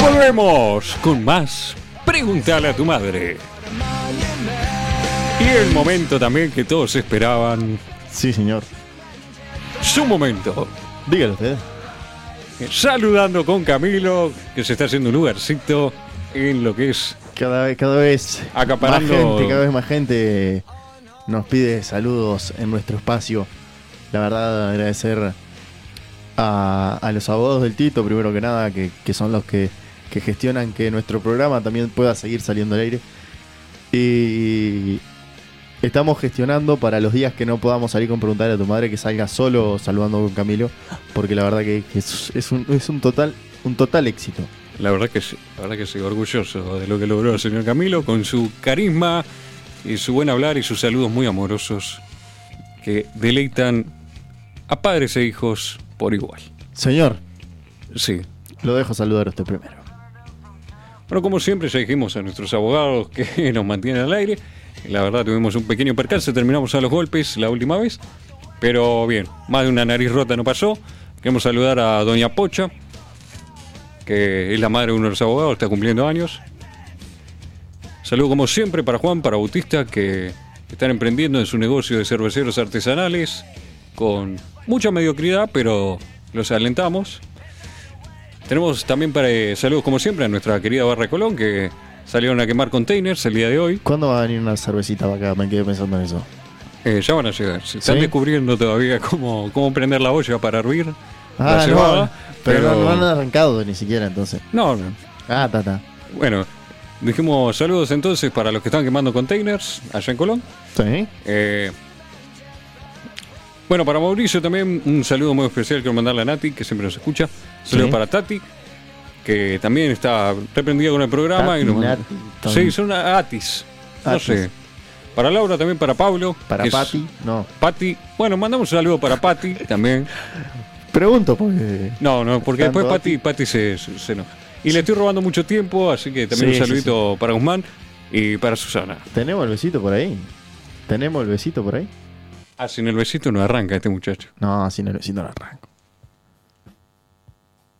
B: volvemos con más. Pregúntale a tu madre. Y el momento también que todos esperaban.
C: Sí, señor.
B: Su momento.
C: Dígalo usted.
B: Saludando con Camilo, que se está haciendo un lugarcito en lo que es.
C: Cada vez, cada vez
B: Acaparando-
C: más gente, cada vez más gente nos pide saludos en nuestro espacio. La verdad, agradecer a, a los abogados del Tito, primero que nada, que, que son los que, que gestionan que nuestro programa también pueda seguir saliendo al aire. Y estamos gestionando para los días que no podamos salir con preguntar a tu madre que salga solo saludando con Camilo, porque la verdad que que es, es un, es un total un total éxito.
B: La verdad que sí, la verdad que sí, orgulloso de lo que logró el señor Camilo con su carisma y su buen hablar y sus saludos muy amorosos que deleitan a padres e hijos por igual.
C: Señor,
B: Sí,
C: lo dejo saludar a usted primero.
B: Bueno, como siempre, ya dijimos a nuestros abogados que nos mantienen al aire. La verdad, tuvimos un pequeño percance, terminamos a los golpes la última vez. Pero bien, más de una nariz rota no pasó. Queremos saludar a Doña Pocha, que es la madre de uno de los abogados, está cumpliendo años. Saludo como siempre para Juan, para Bautista, que están emprendiendo en su negocio de cerveceros artesanales con mucha mediocridad, pero los alentamos. Tenemos también para, eh, saludos como siempre a nuestra querida Barra Colón que salieron a quemar containers el día de hoy.
C: ¿Cuándo va a venir una cervecita para acá? Me quedé pensando en eso.
B: Eh, ya van a llegar. Se están
C: ¿Sí?
B: descubriendo todavía cómo, cómo prender la olla para hervir. la
C: Ah,
B: cebada,
C: no, pero, no, no han arrancado ni siquiera entonces.
B: no, no.
C: Ah, tata.
B: Bueno, dijimos saludos entonces para los que están quemando containers allá en Colón.
C: ¿Sí?
B: Eh, bueno, para Mauricio también un saludo muy especial quiero mandarle a Nati, que siempre nos escucha. Saludos
C: Sí.
B: para Tati, que también está reprendida con el programa.
C: Tati,
B: y nos manda-
C: Nati,
B: sí,
C: también.
B: son a- Atis. No
C: Atis.
B: sé. Para Laura, también para Pablo.
C: Para
B: que es-
C: Pati, no.
B: Pati. Bueno, mandamos un saludo para Pati también.
C: Pregunto, porque.
B: No, no, porque
C: Tanto
B: después Pati, Pati se, se- se enoja. Y le estoy robando mucho tiempo, así que también
C: Sí,
B: un
C: sí,
B: saludito para Guzmán y para Susana.
C: ¿Tenemos el besito por ahí? ¿Tenemos el besito por ahí?
B: Ah, sin el besito no arranca este muchacho.
C: No, sin el besito no arranco.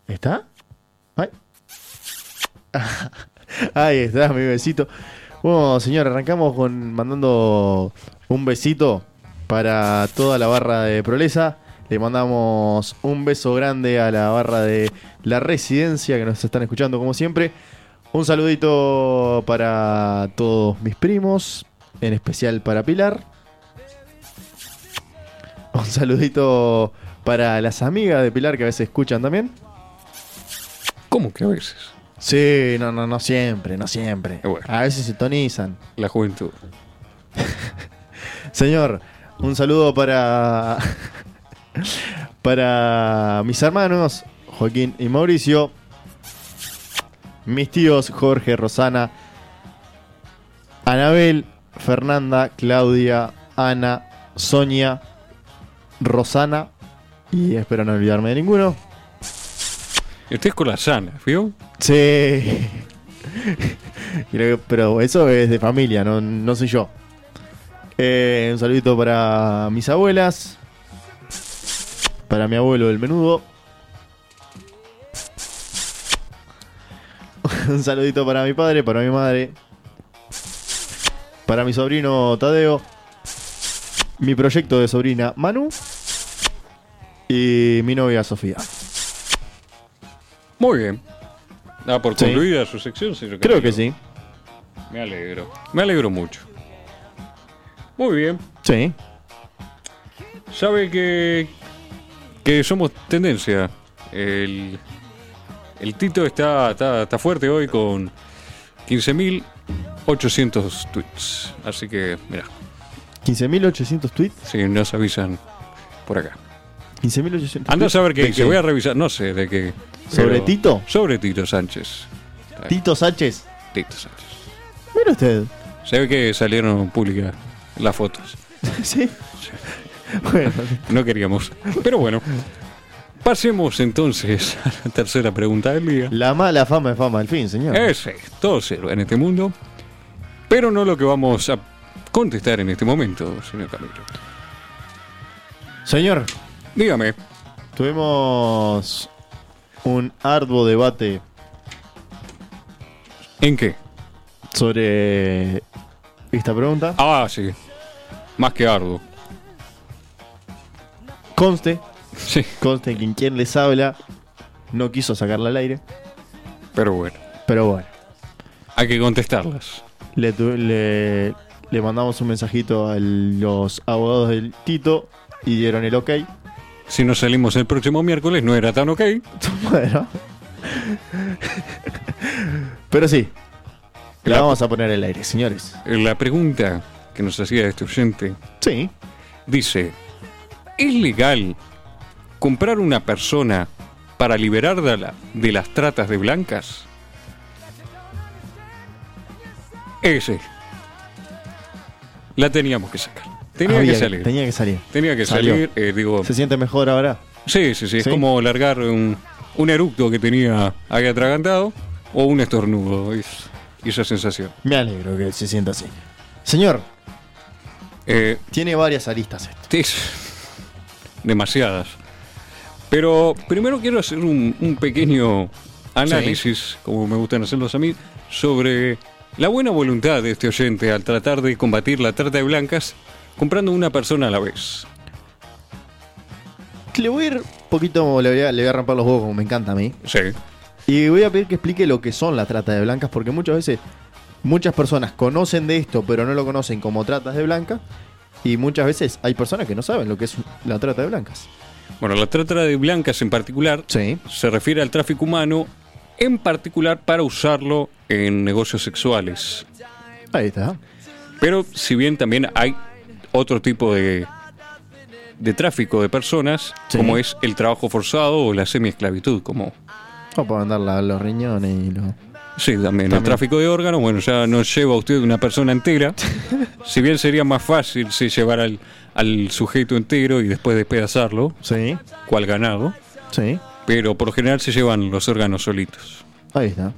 C: ¿Está? Ay. Ahí está, mi besito. Bueno, señor, arrancamos con mandando un besito para toda la barra de Proleza. Le mandamos un beso grande a la barra de la residencia que nos están escuchando como siempre. Un saludito para todos mis primos, en especial para Pilar. Un saludito para las amigas de Pilar que a veces escuchan también.
B: ¿Cómo que a veces?
C: Sí, no, no, no siempre, no siempre.
B: Eh, bueno.
C: A veces se tonizan.
B: La juventud.
C: Señor, un saludo para. para mis hermanos, Joaquín y Mauricio. Mis tíos, Jorge, Rosana, Anabel, Fernanda, Claudia, Ana, Sonia, Rosana. Y espero no olvidarme de ninguno.
B: Y Usted es con la sana, ¿vio?
C: Sí. Creo que- pero eso es de familia, no, no soy yo. Eh, un saludito para mis abuelas. Para mi abuelo del menudo. un saludito para mi padre, para mi madre. Para mi sobrino Tadeo. Mi proyecto de sobrina Manu. Y mi novia Sofía.
B: Muy bien. Ah, por
C: Sí.
B: concluida su sección, señor
C: Creo que
B: Camilo.
C: sí.
B: Me alegro. Me alegro mucho. Muy bien.
C: Sí.
B: Sabe que. que somos tendencia. El. El Tito está, está, está fuerte hoy con 15.800 tweets. Así que, mira,
C: 15.800 tweets.
B: si nos avisan por acá.
C: 15.800.
B: Anda a saber
C: ¿De
B: que, que voy a revisar, no sé de qué.
C: ¿Sobre
B: pero-
C: Tito?
B: Sobre Tito Sánchez.
C: Tito Sánchez.
B: Tito Sánchez.
C: Mira usted.
B: Se ve que salieron públicas las fotos.
C: sí. bueno,
B: No queríamos. Pero bueno. Pasemos entonces a la tercera pregunta del día.
C: la mala fama es fama al fin, señor.
B: Ese, todo cero en este mundo. Pero no lo que vamos a contestar en este momento, señor Camilo.
C: Señor,
B: Dígame,
C: tuvimos un arduo debate
B: ¿En qué?
C: sobre esta pregunta.
B: Ah, sí. Más que arduo.
C: Conste,
B: Sí,
C: conste que quien les habla no quiso sacarla al aire,
B: pero bueno.
C: pero bueno,
B: Hay que contestarlas.
C: le, tu- le, le mandamos un mensajito a los abogados del Tito y dieron el ok.
B: Si nos salimos el próximo miércoles, no era tan ok.
C: Bueno. Pero sí, la vamos a poner al aire, señores.
B: La pregunta que nos hacía este oyente
C: Sí.
B: dice: ¿Es legal comprar una persona para liberarla de las tratas de blancas? Ese. La teníamos que sacar. Tenía
C: Había
B: que salir.
C: Ah, Tenía que salir.
B: Tenía que
C: Salió.
B: salir, eh, digo.
C: ¿Se siente mejor ahora?
B: Sí, sí, sí. Es
C: ¿Sí?
B: como largar un, un eructo que tenía ahí atragantado o un estornudo. Es- y esa sensación.
C: Me alegro que se sienta así. Señor,
B: Eh,
C: tiene varias aristas esto.
B: es- demasiadas. Pero primero quiero hacer un, un pequeño análisis, como me gustan hacerlos a mí, sobre la buena voluntad de este oyente al tratar de combatir la trata de blancas comprando una persona a la vez.
C: Le voy a ir un poquito, le voy a, le voy a rampar los huevos como me encanta a mí.
B: Sí,
C: Y voy a pedir que explique lo que son las tratas de blancas, porque muchas veces muchas personas conocen de esto, pero no lo conocen como tratas de blancas. Y muchas veces hay personas que no saben lo que es la trata de blancas.
B: Bueno, la trata de blancas en particular
C: Sí.
B: se refiere al tráfico humano, en particular para usarlo en negocios sexuales.
C: Ahí está.
B: Pero si bien también hay otro tipo de, de tráfico de personas,
C: Sí.
B: como es el trabajo forzado o la semiesclavitud, como
C: O para mandar la- los riñones y los.
B: sí, también, el
C: También.
B: tráfico de órganos, bueno, ya no lleva usted una persona entera. si bien sería más fácil si llevar al, al sujeto entero y después despedazarlo,
C: Sí,
B: cual ganado,
C: sí.
B: pero por lo general se llevan los órganos solitos.
C: Ahí está.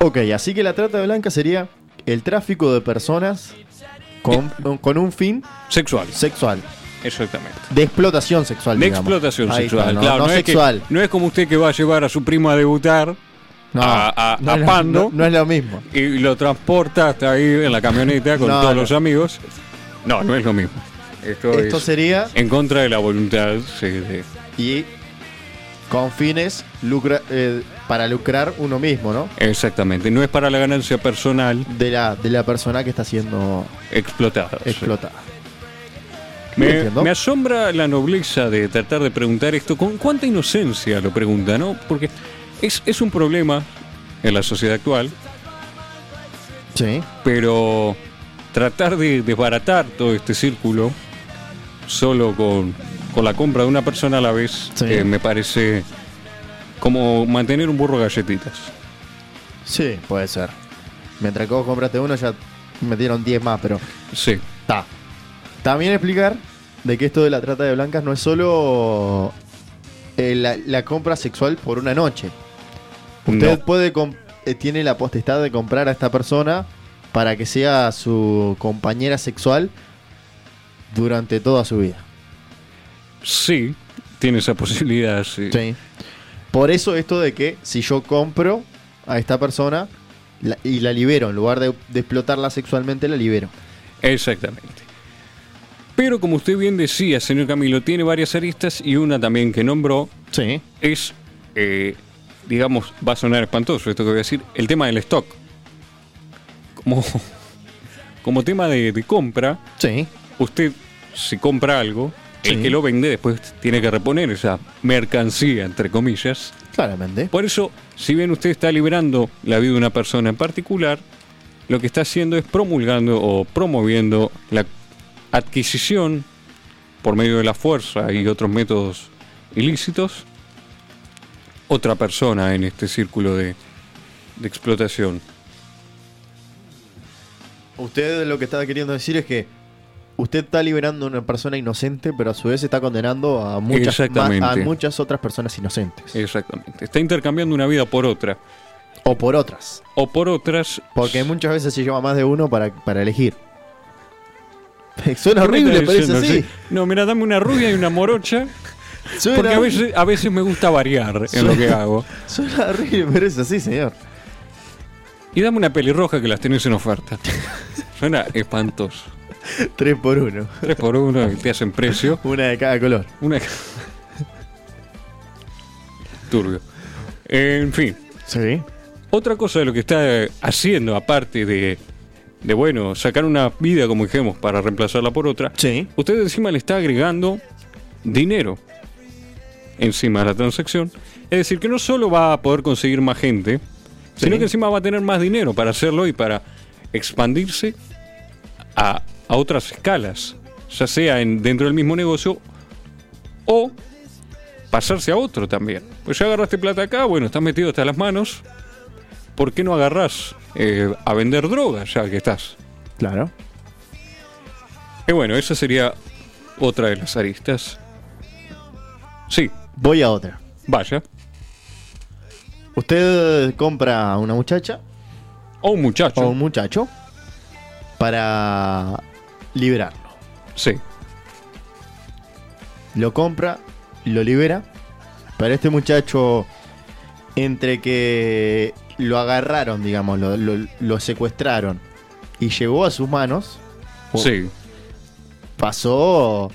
C: Ok, así que la trata de blancas sería el tráfico de personas con, con un fin
B: Sexuales,
C: sexual.
B: exactamente.
C: De explotación sexual.
B: De
C: digamos.
B: explotación
C: Ahí está,
B: sexual,
C: no,
B: claro.
C: no
B: No, es que-
C: sexual.
B: no es como usted que va a llevar a su primo a debutar
C: No,
B: a- a-
C: no
B: a
C: es lo-
B: Pando.
C: no- no es lo mismo.
B: y lo transporta hasta ahí en la camioneta con
C: No,
B: todos
C: no.
B: los amigos. No, no es lo mismo. Esto,
C: Esto
B: es
C: sería
B: en contra de la voluntad. sí, de-
C: y con fines lucra- eh, para lucrar uno mismo, ¿no?
B: Exactamente. No es para la ganancia personal
C: De la, de la persona que está siendo
B: explotada. sí.
C: explotada. No
B: Me,
C: entiendo.
B: me asombra la nobleza de tratar de preguntar esto. Con cuánta inocencia lo pregunta, ¿no? Porque es, es un problema en la sociedad actual,
C: Sí.
B: pero tratar de desbaratar todo este círculo solo con, con la compra de una persona a la vez
C: Sí.
B: eh, me parece como mantener un burro de galletitas.
C: Sí, puede ser. Mientras que vos compraste uno ya metieron 10 más, pero
B: Sí,
C: está. También explicar de que esto de la trata de blancas no es solo eh, la, la compra sexual por una noche. Usted
B: No.
C: puede com- eh, tiene la potestad de comprar a esta persona para que sea su compañera sexual durante toda su vida.
B: sí, tiene esa posibilidad. Sí.
C: Sí. Por eso esto de que si yo compro a esta persona la- y la libero, en lugar de, de explotarla sexualmente, la libero.
B: Exactamente. Pero como usted bien decía, señor Camilo, tiene varias aristas y una también que nombró
C: Sí.
B: es, eh, digamos, va a sonar espantoso esto que voy a decir, el tema del stock. Como, como tema de, de compra,
C: Sí.
B: usted si compra algo, el
C: Sí.
B: que lo vende después tiene que reponer esa mercancía, entre comillas.
C: Claramente.
B: Por eso, si bien usted está liberando la vida de una persona en particular, lo que está haciendo es promulgando o promoviendo la adquisición por medio de la fuerza y otros métodos ilícitos, otra persona en este círculo de, de explotación.
C: Usted lo que está queriendo decir es que usted está liberando a una persona inocente, pero a su vez está condenando a muchas,
B: Exactamente. Eh.
C: más- a muchas otras personas inocentes.
B: Exactamente. Está intercambiando una vida por otra.
C: O por otras.
B: O por otras.
C: Porque muchas veces se lleva más de uno para, para elegir. Suena
B: ¿Qué me
C: horrible,
B: está
C: pero es
B: diciendo?
C: así.
B: Sí. No, mira, dame una rubia y una morocha
C: Suena-
B: Porque a veces, a veces me gusta variar en lo que hago.
C: Suena horrible, pero es así, señor.
B: Y dame una pelirroja que las tenés en oferta. Suena espantoso.
C: 3 por 1
B: Tres por uno y te hacen precio.
C: Una de cada color.
B: Una. Turbio. En fin.
C: Sí.
B: Otra cosa de lo que está haciendo, aparte de, de bueno, sacar una vida, como dijimos, para reemplazarla por otra,
C: Sí.
B: usted encima le está agregando dinero encima de la transacción. Es decir, que no solo va a poder conseguir más gente, sino
C: Sí.
B: que encima va a tener más dinero para hacerlo y para expandirse a, a otras escalas, ya sea en, dentro del mismo negocio o pasarse a otro también. Pues ya agarraste plata acá, bueno, estás metido hasta las manos. ¿Por qué no agarrás eh, a vender droga ya que estás?
C: Claro.
B: Y bueno, esa sería otra de las aristas. Sí,
C: Voy a otra.
B: vaya.
C: Usted compra a una muchacha
B: O un muchacho.
C: o un muchacho para liberarlo.
B: Sí.
C: Lo compra, lo libera. Pero este muchacho, entre que lo agarraron, digamos, lo, lo- lo secuestraron y llegó a sus manos, o-
B: Sí.
C: pasó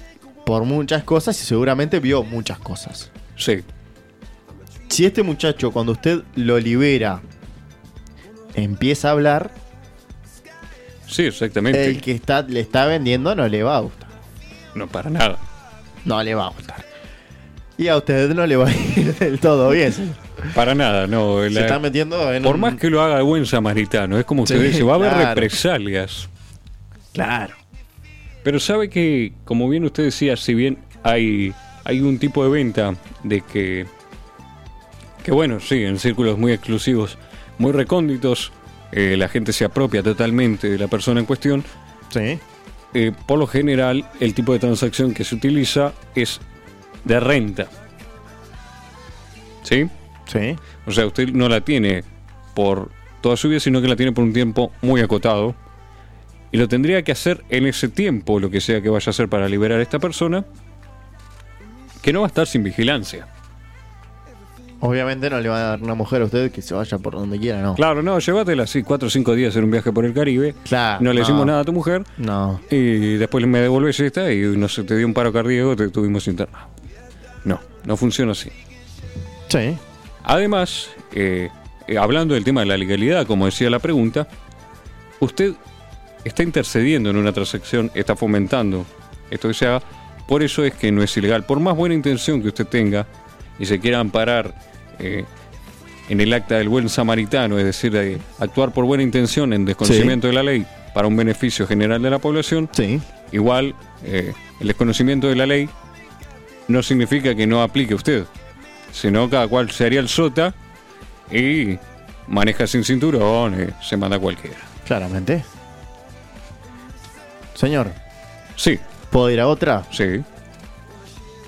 C: por muchas cosas y seguramente vio muchas cosas.
B: Sí.
C: Si este muchacho, cuando usted lo libera, empieza a hablar,
B: Sí, exactamente.
C: el que está, le está vendiendo no le va a gustar.
B: No para nada.
C: No le va a gustar. Y a usted no le va a ir del todo bien. señor.
B: Para nada, no.
C: Se
B: la-
C: está metiendo en
B: Por
C: un-
B: más que lo haga de buen samaritano, es como usted
C: Sí,
B: dice, va a haber
C: claro.
B: represalias.
C: Claro.
B: Pero sabe que, como bien usted decía, si bien hay, hay un tipo de venta de que, que bueno, sí, en círculos muy exclusivos, muy recónditos, eh, la gente se apropia totalmente de la persona en cuestión,
C: Sí.
B: eh, por lo general el tipo de transacción que se utiliza es de renta. ¿Sí?
C: Sí.
B: O sea, usted no la tiene por toda su vida, sino que la tiene por un tiempo muy acotado. Y lo tendría que hacer en ese tiempo, lo que sea que vaya a hacer para liberar a esta persona, que no va a estar sin vigilancia.
C: Obviamente no le va a dar una mujer a usted que se vaya por donde quiera, no.
B: Claro, no, llévatela así cuatro o cinco días en un viaje por el Caribe.
C: Claro,
B: no le decimos
C: no.
B: nada a tu mujer.
C: No.
B: Y después me devolves esta y no sé, te dio un paro cardíaco, te tuvimos internado. No, no funciona así.
C: Sí.
B: Además, eh, eh, hablando del tema de la legalidad, como decía la pregunta, usted está intercediendo en una transacción, está fomentando esto que se haga, por eso es que no es ilegal. Por más buena intención que usted tenga y se quiera amparar eh, en el acta del buen samaritano, es decir, eh, actuar por buena intención en desconocimiento de la ley para un beneficio general de la población,
C: Sí.
B: igual eh, el desconocimiento de la ley no significa que no aplique usted, sino cada cual se haría el sota y maneja sin cinturón, eh, se manda cualquiera.
C: Claramente. Señor,
B: Sí,
C: ¿puedo ir a otra?
B: sí,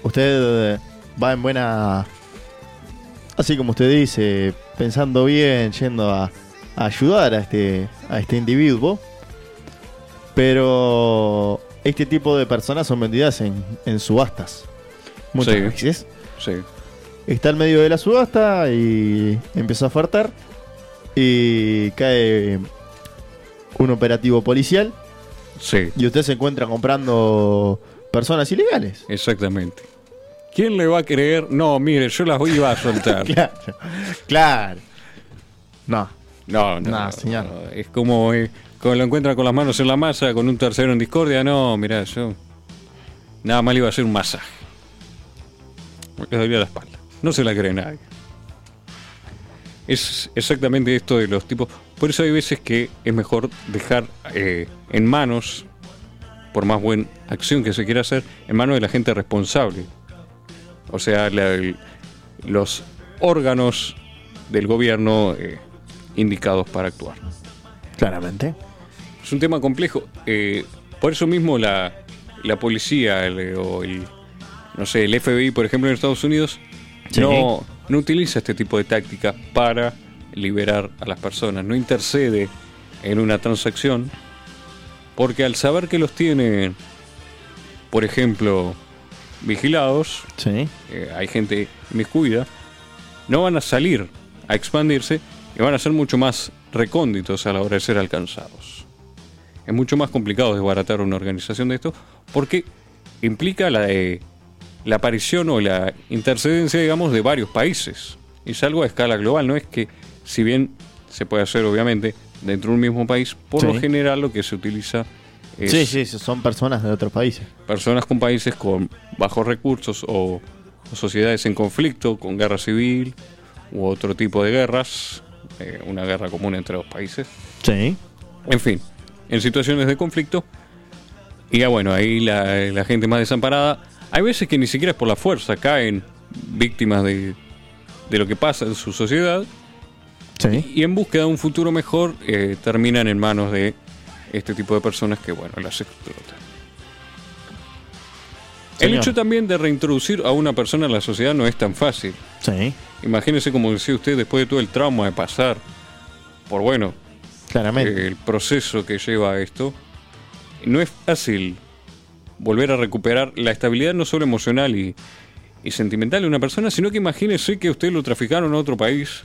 C: Usted eh, va en buena. Así como usted dice, pensando bien, yendo a, a ayudar a este, a este individuo. Pero este tipo de personas son vendidas en, en subastas. Muchas
B: Sí.
C: veces.
B: sí,
C: Está en medio de la subasta y empieza a ofertar. Y cae un operativo policial.
B: sí,
C: Y usted se encuentra comprando personas ilegales.
B: exactamente. ¿Quién le va a creer? No, mire, yo las iba a soltar.
C: Claro, claro. No.
B: No, no,
C: No, señor.
B: no, es como eh, cuando lo encuentran con las manos en la masa, con un tercero en discordia. No, mirá, yo nada más le iba a hacer un masaje. Le dolía la espalda. No se la cree nadie. Es exactamente esto de los tipos. Por eso hay veces que es mejor dejar eh, en manos, por más buena acción que se quiera hacer, en manos de la gente responsable. O sea, la- el- los órganos del gobierno eh, indicados para actuar.
C: Claramente.
B: Es un tema complejo. eh, por eso mismo la, la policía el- o el, no sé, el FBI, por ejemplo, en Estados Unidos,
C: Sí.
B: no, no utiliza este tipo de tácticas para liberar a las personas. No intercede en una transacción porque al saber que los tienen, por ejemplo, vigilados,
C: Sí.
B: eh, hay gente inmiscuida, no van a salir a expandirse y van a ser mucho más recónditos a la hora de ser alcanzados. Es mucho más complicado desbaratar una organización de esto porque implica la, eh, la aparición o la intercedencia, digamos, de varios países. Es algo a escala global, no es que, si bien se puede hacer, obviamente, dentro de un mismo país, por lo
C: Sí.
B: general lo que se utiliza es
C: Sí, sí, son personas de otros países.
B: personas con países con bajos recursos o, o sociedades en conflicto, con guerra civil u otro tipo de guerras, eh, una guerra común entre dos países,
C: Sí.
B: en fin, en situaciones de conflicto. Y ya bueno, ahí la, la gente más desamparada, hay veces que ni siquiera es por la fuerza, caen víctimas de, de lo que pasa en su sociedad
C: Sí.
B: y en búsqueda de un futuro mejor eh, terminan en manos de este tipo de personas que, bueno, las explotan. El
C: Señor.
B: hecho también de reintroducir a una persona en la sociedad no es tan fácil.
C: Sí.
B: Imagínese, como decía usted, después de todo el trauma de pasar por, bueno,
C: Claramente.
B: el proceso que lleva a esto, no es fácil volver a recuperar la estabilidad no solo emocional y, y sentimental de una persona, sino que imagínese que usted lo traficaron a otro país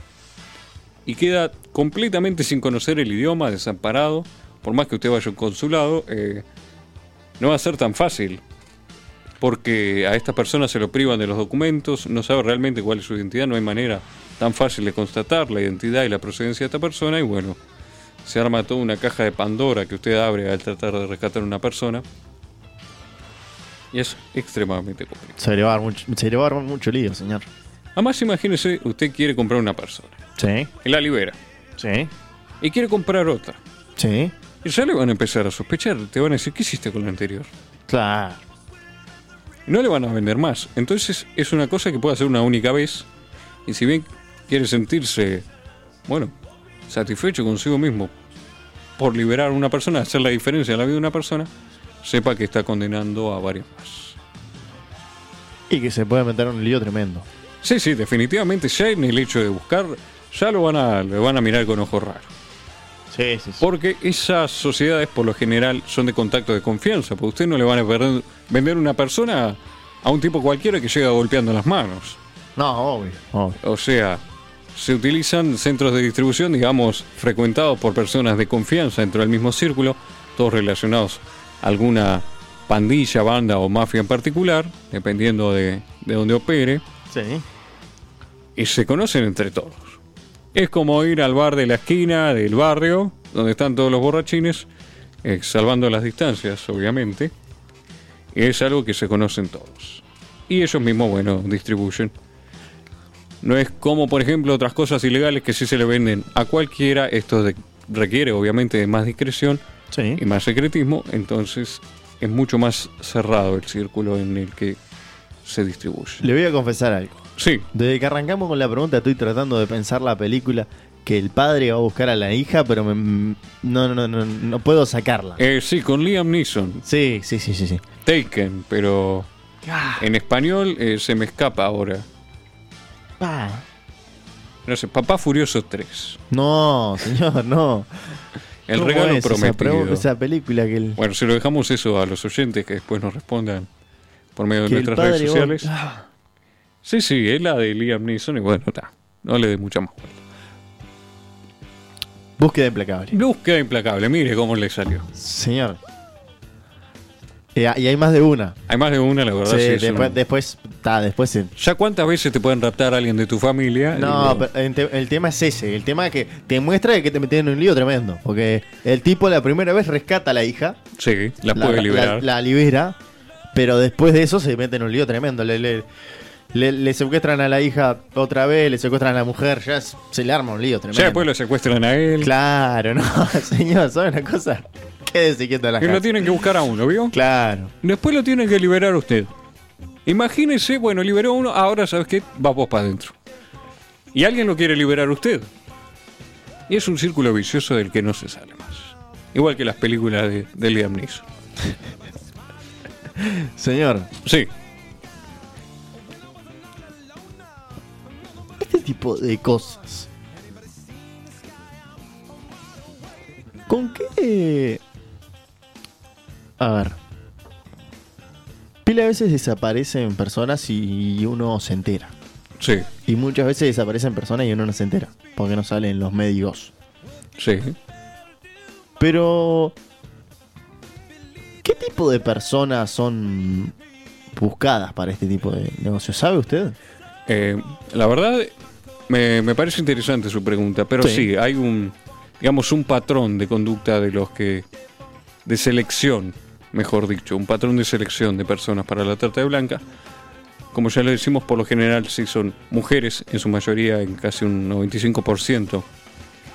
B: y queda completamente sin conocer el idioma, desamparado, por más que usted vaya a un consulado, eh, no va a ser tan fácil. Porque a estas personas se lo privan de los documentos, no sabe realmente cuál es su identidad, no hay manera tan fácil de constatar la identidad y la procedencia de esta persona y bueno, se arma toda una caja de Pandora que usted abre al tratar de rescatar a una persona. Y es extremadamente complicado.
C: Se le va a dar mucho, se le va a dar mucho lío, señor.
B: Además, imagínese, usted quiere comprar una persona
C: Sí.
B: y la libera.
C: Sí.
B: Y quiere comprar otra.
C: Sí.
B: Y ya le van a empezar a sospechar. Te van a decir, ¿qué hiciste con la anterior?
C: Claro.
B: Y no le van a vender más. Entonces, es una cosa que puede hacer una única vez. Y si bien quiere sentirse, bueno, satisfecho consigo mismo por liberar a una persona, hacer la diferencia en la vida de una persona, sepa que está condenando a varios más.
C: Y que se puede meter en un lío tremendo.
B: Sí, sí, definitivamente ya en el hecho de buscar, ya lo van a, lo van a mirar con ojos raros.
C: Sí, sí, sí.
B: Porque esas sociedades por lo general son de contacto de confianza, porque usted no le van a perder- vender una persona a un tipo cualquiera que llega golpeando las manos.
C: No, obvio. obvio.
B: O sea, se utilizan centros de distribución, digamos, frecuentados por personas de confianza dentro del mismo círculo, todos relacionados a alguna pandilla, banda o mafia en particular, dependiendo de, de donde opere.
C: Sí.
B: y se conocen entre todos. Es como ir al bar de la esquina del barrio, donde están todos los borrachines, eh, salvando las distancias, obviamente. Y es algo que se conocen todos. Y ellos mismos, bueno, distribuyen. No es como, por ejemplo, otras cosas ilegales que sí se le venden a cualquiera. Esto de- requiere, obviamente, de más discreción
C: Sí.
B: y más secretismo. Entonces, es mucho más cerrado el círculo en el que se distribuye.
C: Le voy a confesar algo.
B: Sí,
C: Desde que arrancamos con la pregunta estoy tratando de pensar la película que el padre va a buscar a la hija, pero me- no, no, no, no, no puedo sacarla.
B: Eh, sí, con Liam Neeson.
C: Sí, sí, sí, sí, sí.
B: Taken, pero
C: Ah,
B: en español eh, se me escapa ahora.
C: pa.
B: No sé, Papá Furioso 3.
C: No, señor, no.
B: El
C: ¿Cómo
B: regalo
C: es esa
B: prometido.
C: pre- Esa, película que el,
B: Bueno, si lo dejamos eso a los oyentes que después nos respondan por medio de
C: que el
B: nuestras redes
C: padre va-
B: sociales.
C: Ah,
B: Sí, sí, es la de Liam Neeson y bueno, ta, no le dé mucha más vuelta.
C: Búsqueda implacable.
B: Búsqueda implacable, mire cómo le salió.
C: Señor. Eh, y hay más de una.
B: Hay más de una, la verdad.
C: Sí,
B: sí, es
C: después,
B: una-
C: después, ta, después se-
B: ¿Ya cuántas veces te pueden raptar a alguien de tu familia? Eh,
C: No,
B: Y-
C: pero el, te- el tema es ese. El tema que te muestra que te metieron en un lío tremendo. Porque el tipo la primera vez rescata a la hija.
B: Sí, las
C: la,
B: puede
C: la-
B: liberar.
C: la libera. Pero después de eso se mete en un lío tremendo. Le, le, le- le secuestran a la hija otra vez, le secuestran a la mujer. Ya es- se le arma un lío tremendo.
B: ya después lo secuestran a él.
C: Claro, no, señor, ¿sabe una cosa? Quédese quieto en la
B: Y lo
C: casa.
B: tienen que buscar a uno, ¿vio?
C: Claro.
B: Después lo tienen que liberar usted. Imagínese, bueno, liberó uno, ahora sabes qué, va vos para adentro. Y alguien lo quiere liberar usted. Y es un círculo vicioso del que no se sale más. Igual que las películas de, de Liam Neeson.
C: Señor,
B: Sí,
C: este tipo de cosas. ¿Con qué? A ver. Pila a veces desaparecen personas y, y uno se entera.
B: Sí,
C: Y muchas veces desaparecen personas y uno no se entera. Porque no salen los medios.
B: sí.
C: Pero. ¿Qué tipo de personas son buscadas para este tipo de negocio? ¿Sabe usted?
B: Eh, la verdad, me, me parece interesante su pregunta, pero sí.
C: Sí.
B: hay un, digamos, un patrón de conducta de los que, de selección, mejor dicho, un patrón de selección de personas para la trata de blanca. Como ya lo decimos, por lo general sí son mujeres, en su mayoría, en casi un 95%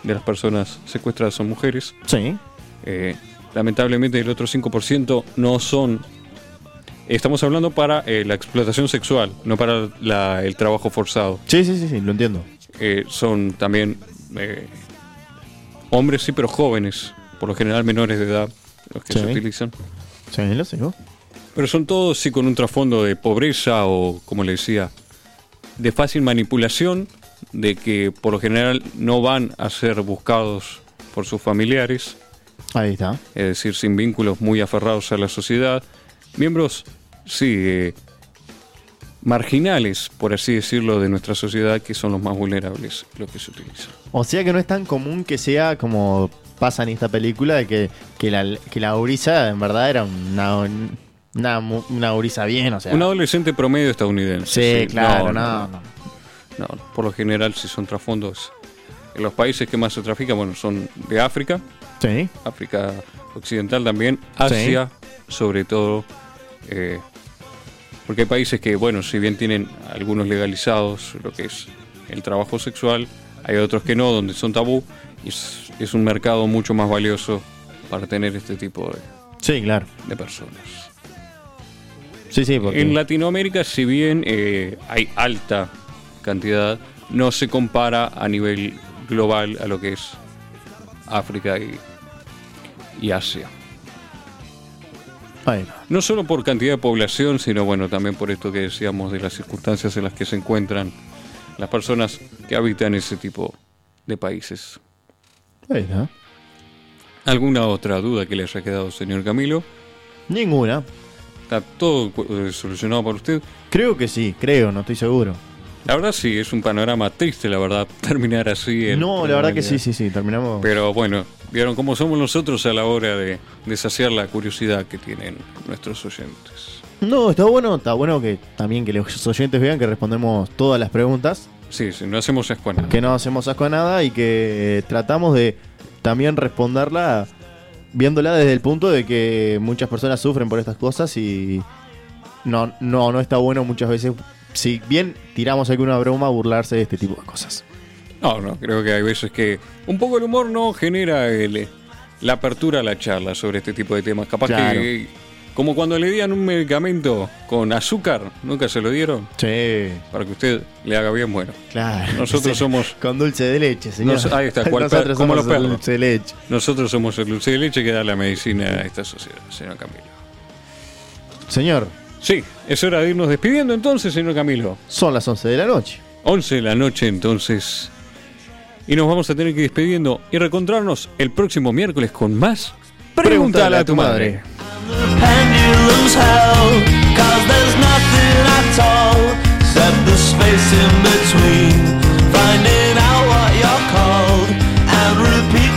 B: de las personas secuestradas son mujeres.
C: Sí.
B: Eh, lamentablemente el otro 5% no son... Estamos hablando para eh, la explotación sexual, no para la- el trabajo forzado.
C: Sí, sí, sí, sí, lo entiendo.
B: Eh, son también eh, hombres, sí, pero jóvenes, por lo general menores de edad, los que
C: Sí.
B: se utilizan.
C: Sí, lo sigo.
B: Pero son todos, sí, con un trasfondo de pobreza o, como le decía, de fácil manipulación, de que por lo general no van a ser buscados por sus familiares.
C: Ahí está.
B: es decir, sin vínculos muy aferrados a la sociedad. Miembros, sí, eh, marginales, por así decirlo, de nuestra sociedad, que son los más vulnerables, los que se utilizan.
C: O sea que no es tan común que sea como pasa en esta película de que, que la, que la gurisa en verdad era una, una, mu- una gurisa bien, o sea.
B: Un adolescente promedio estadounidense.
C: sí, claro,
B: no,
C: no,
B: no,
C: no.
B: no, no. Por lo general, si son trasfondos. En los países que más se trafican, bueno, son de África,
C: Sí.
B: África Occidental también, Asia, sobre todo, eh, porque hay países que, bueno, si bien tienen algunos legalizados lo que es el trabajo sexual, hay otros que no, donde son tabú, y es, es un mercado mucho más valioso para tener este tipo de,
C: Sí, claro.
B: de personas.
C: Sí, sí, porque.
B: En Latinoamérica, si bien eh, hay alta cantidad, no se compara a nivel global a lo que es África y- y Asia.
C: Ahí va.
B: No solo por cantidad de población, sino bueno, también por esto que decíamos de las circunstancias en las que se encuentran las personas que habitan ese tipo de países.
C: Ahí está.
B: ¿Alguna otra duda que le haya quedado, señor Camilo?
C: Ninguna.
B: Está todo eh, solucionado para usted.
C: Creo que sí, creo, no estoy seguro.
B: La verdad sí, es un panorama triste, la verdad, terminar así. el-
C: no, la verdad que sí, sí, sí, terminamos.
B: Pero bueno, vieron cómo somos nosotros a la hora de, de saciar la curiosidad que tienen nuestros oyentes.
C: No, está bueno, está bueno que también que los oyentes vean que respondemos todas las preguntas,
B: Sí, sí, no hacemos escuela.
C: que no hacemos asco a nada y que eh, tratamos de también responderla viéndola desde el punto de que muchas personas sufren por estas cosas y no, no, no está bueno muchas veces, si bien tiramos alguna broma, burlarse de este tipo de cosas.
B: No, no, creo que hay veces que un poco el humor no genera el- eh, la apertura a la charla sobre este tipo de temas. Capaz
C: Claro.
B: que, como cuando le dieron un medicamento con azúcar, nunca se lo dieron,
C: Sí,
B: para que usted le haga bien bueno.
C: claro.
B: Nosotros
C: Sí.
B: somos-
C: Con dulce de leche, señor.
B: Nos- ahí está, cual per-
C: Nosotros
B: como
C: somos
B: los perros.
C: dulce de leche.
B: Nosotros somos el dulce de leche que da la medicina a esta sociedad, señor Camilo.
C: Señor,
B: Sí, es hora de irnos despidiendo entonces, señor Camilo.
C: son las 11 de la noche.
B: 11 de la noche entonces. Y nos vamos a tener que ir despidiendo y reencontrarnos el próximo miércoles con más. Pregúntale a tu madre.
D: pendulum's held Cause there's nothing at all Except the space in between Finding out what you're called And repeat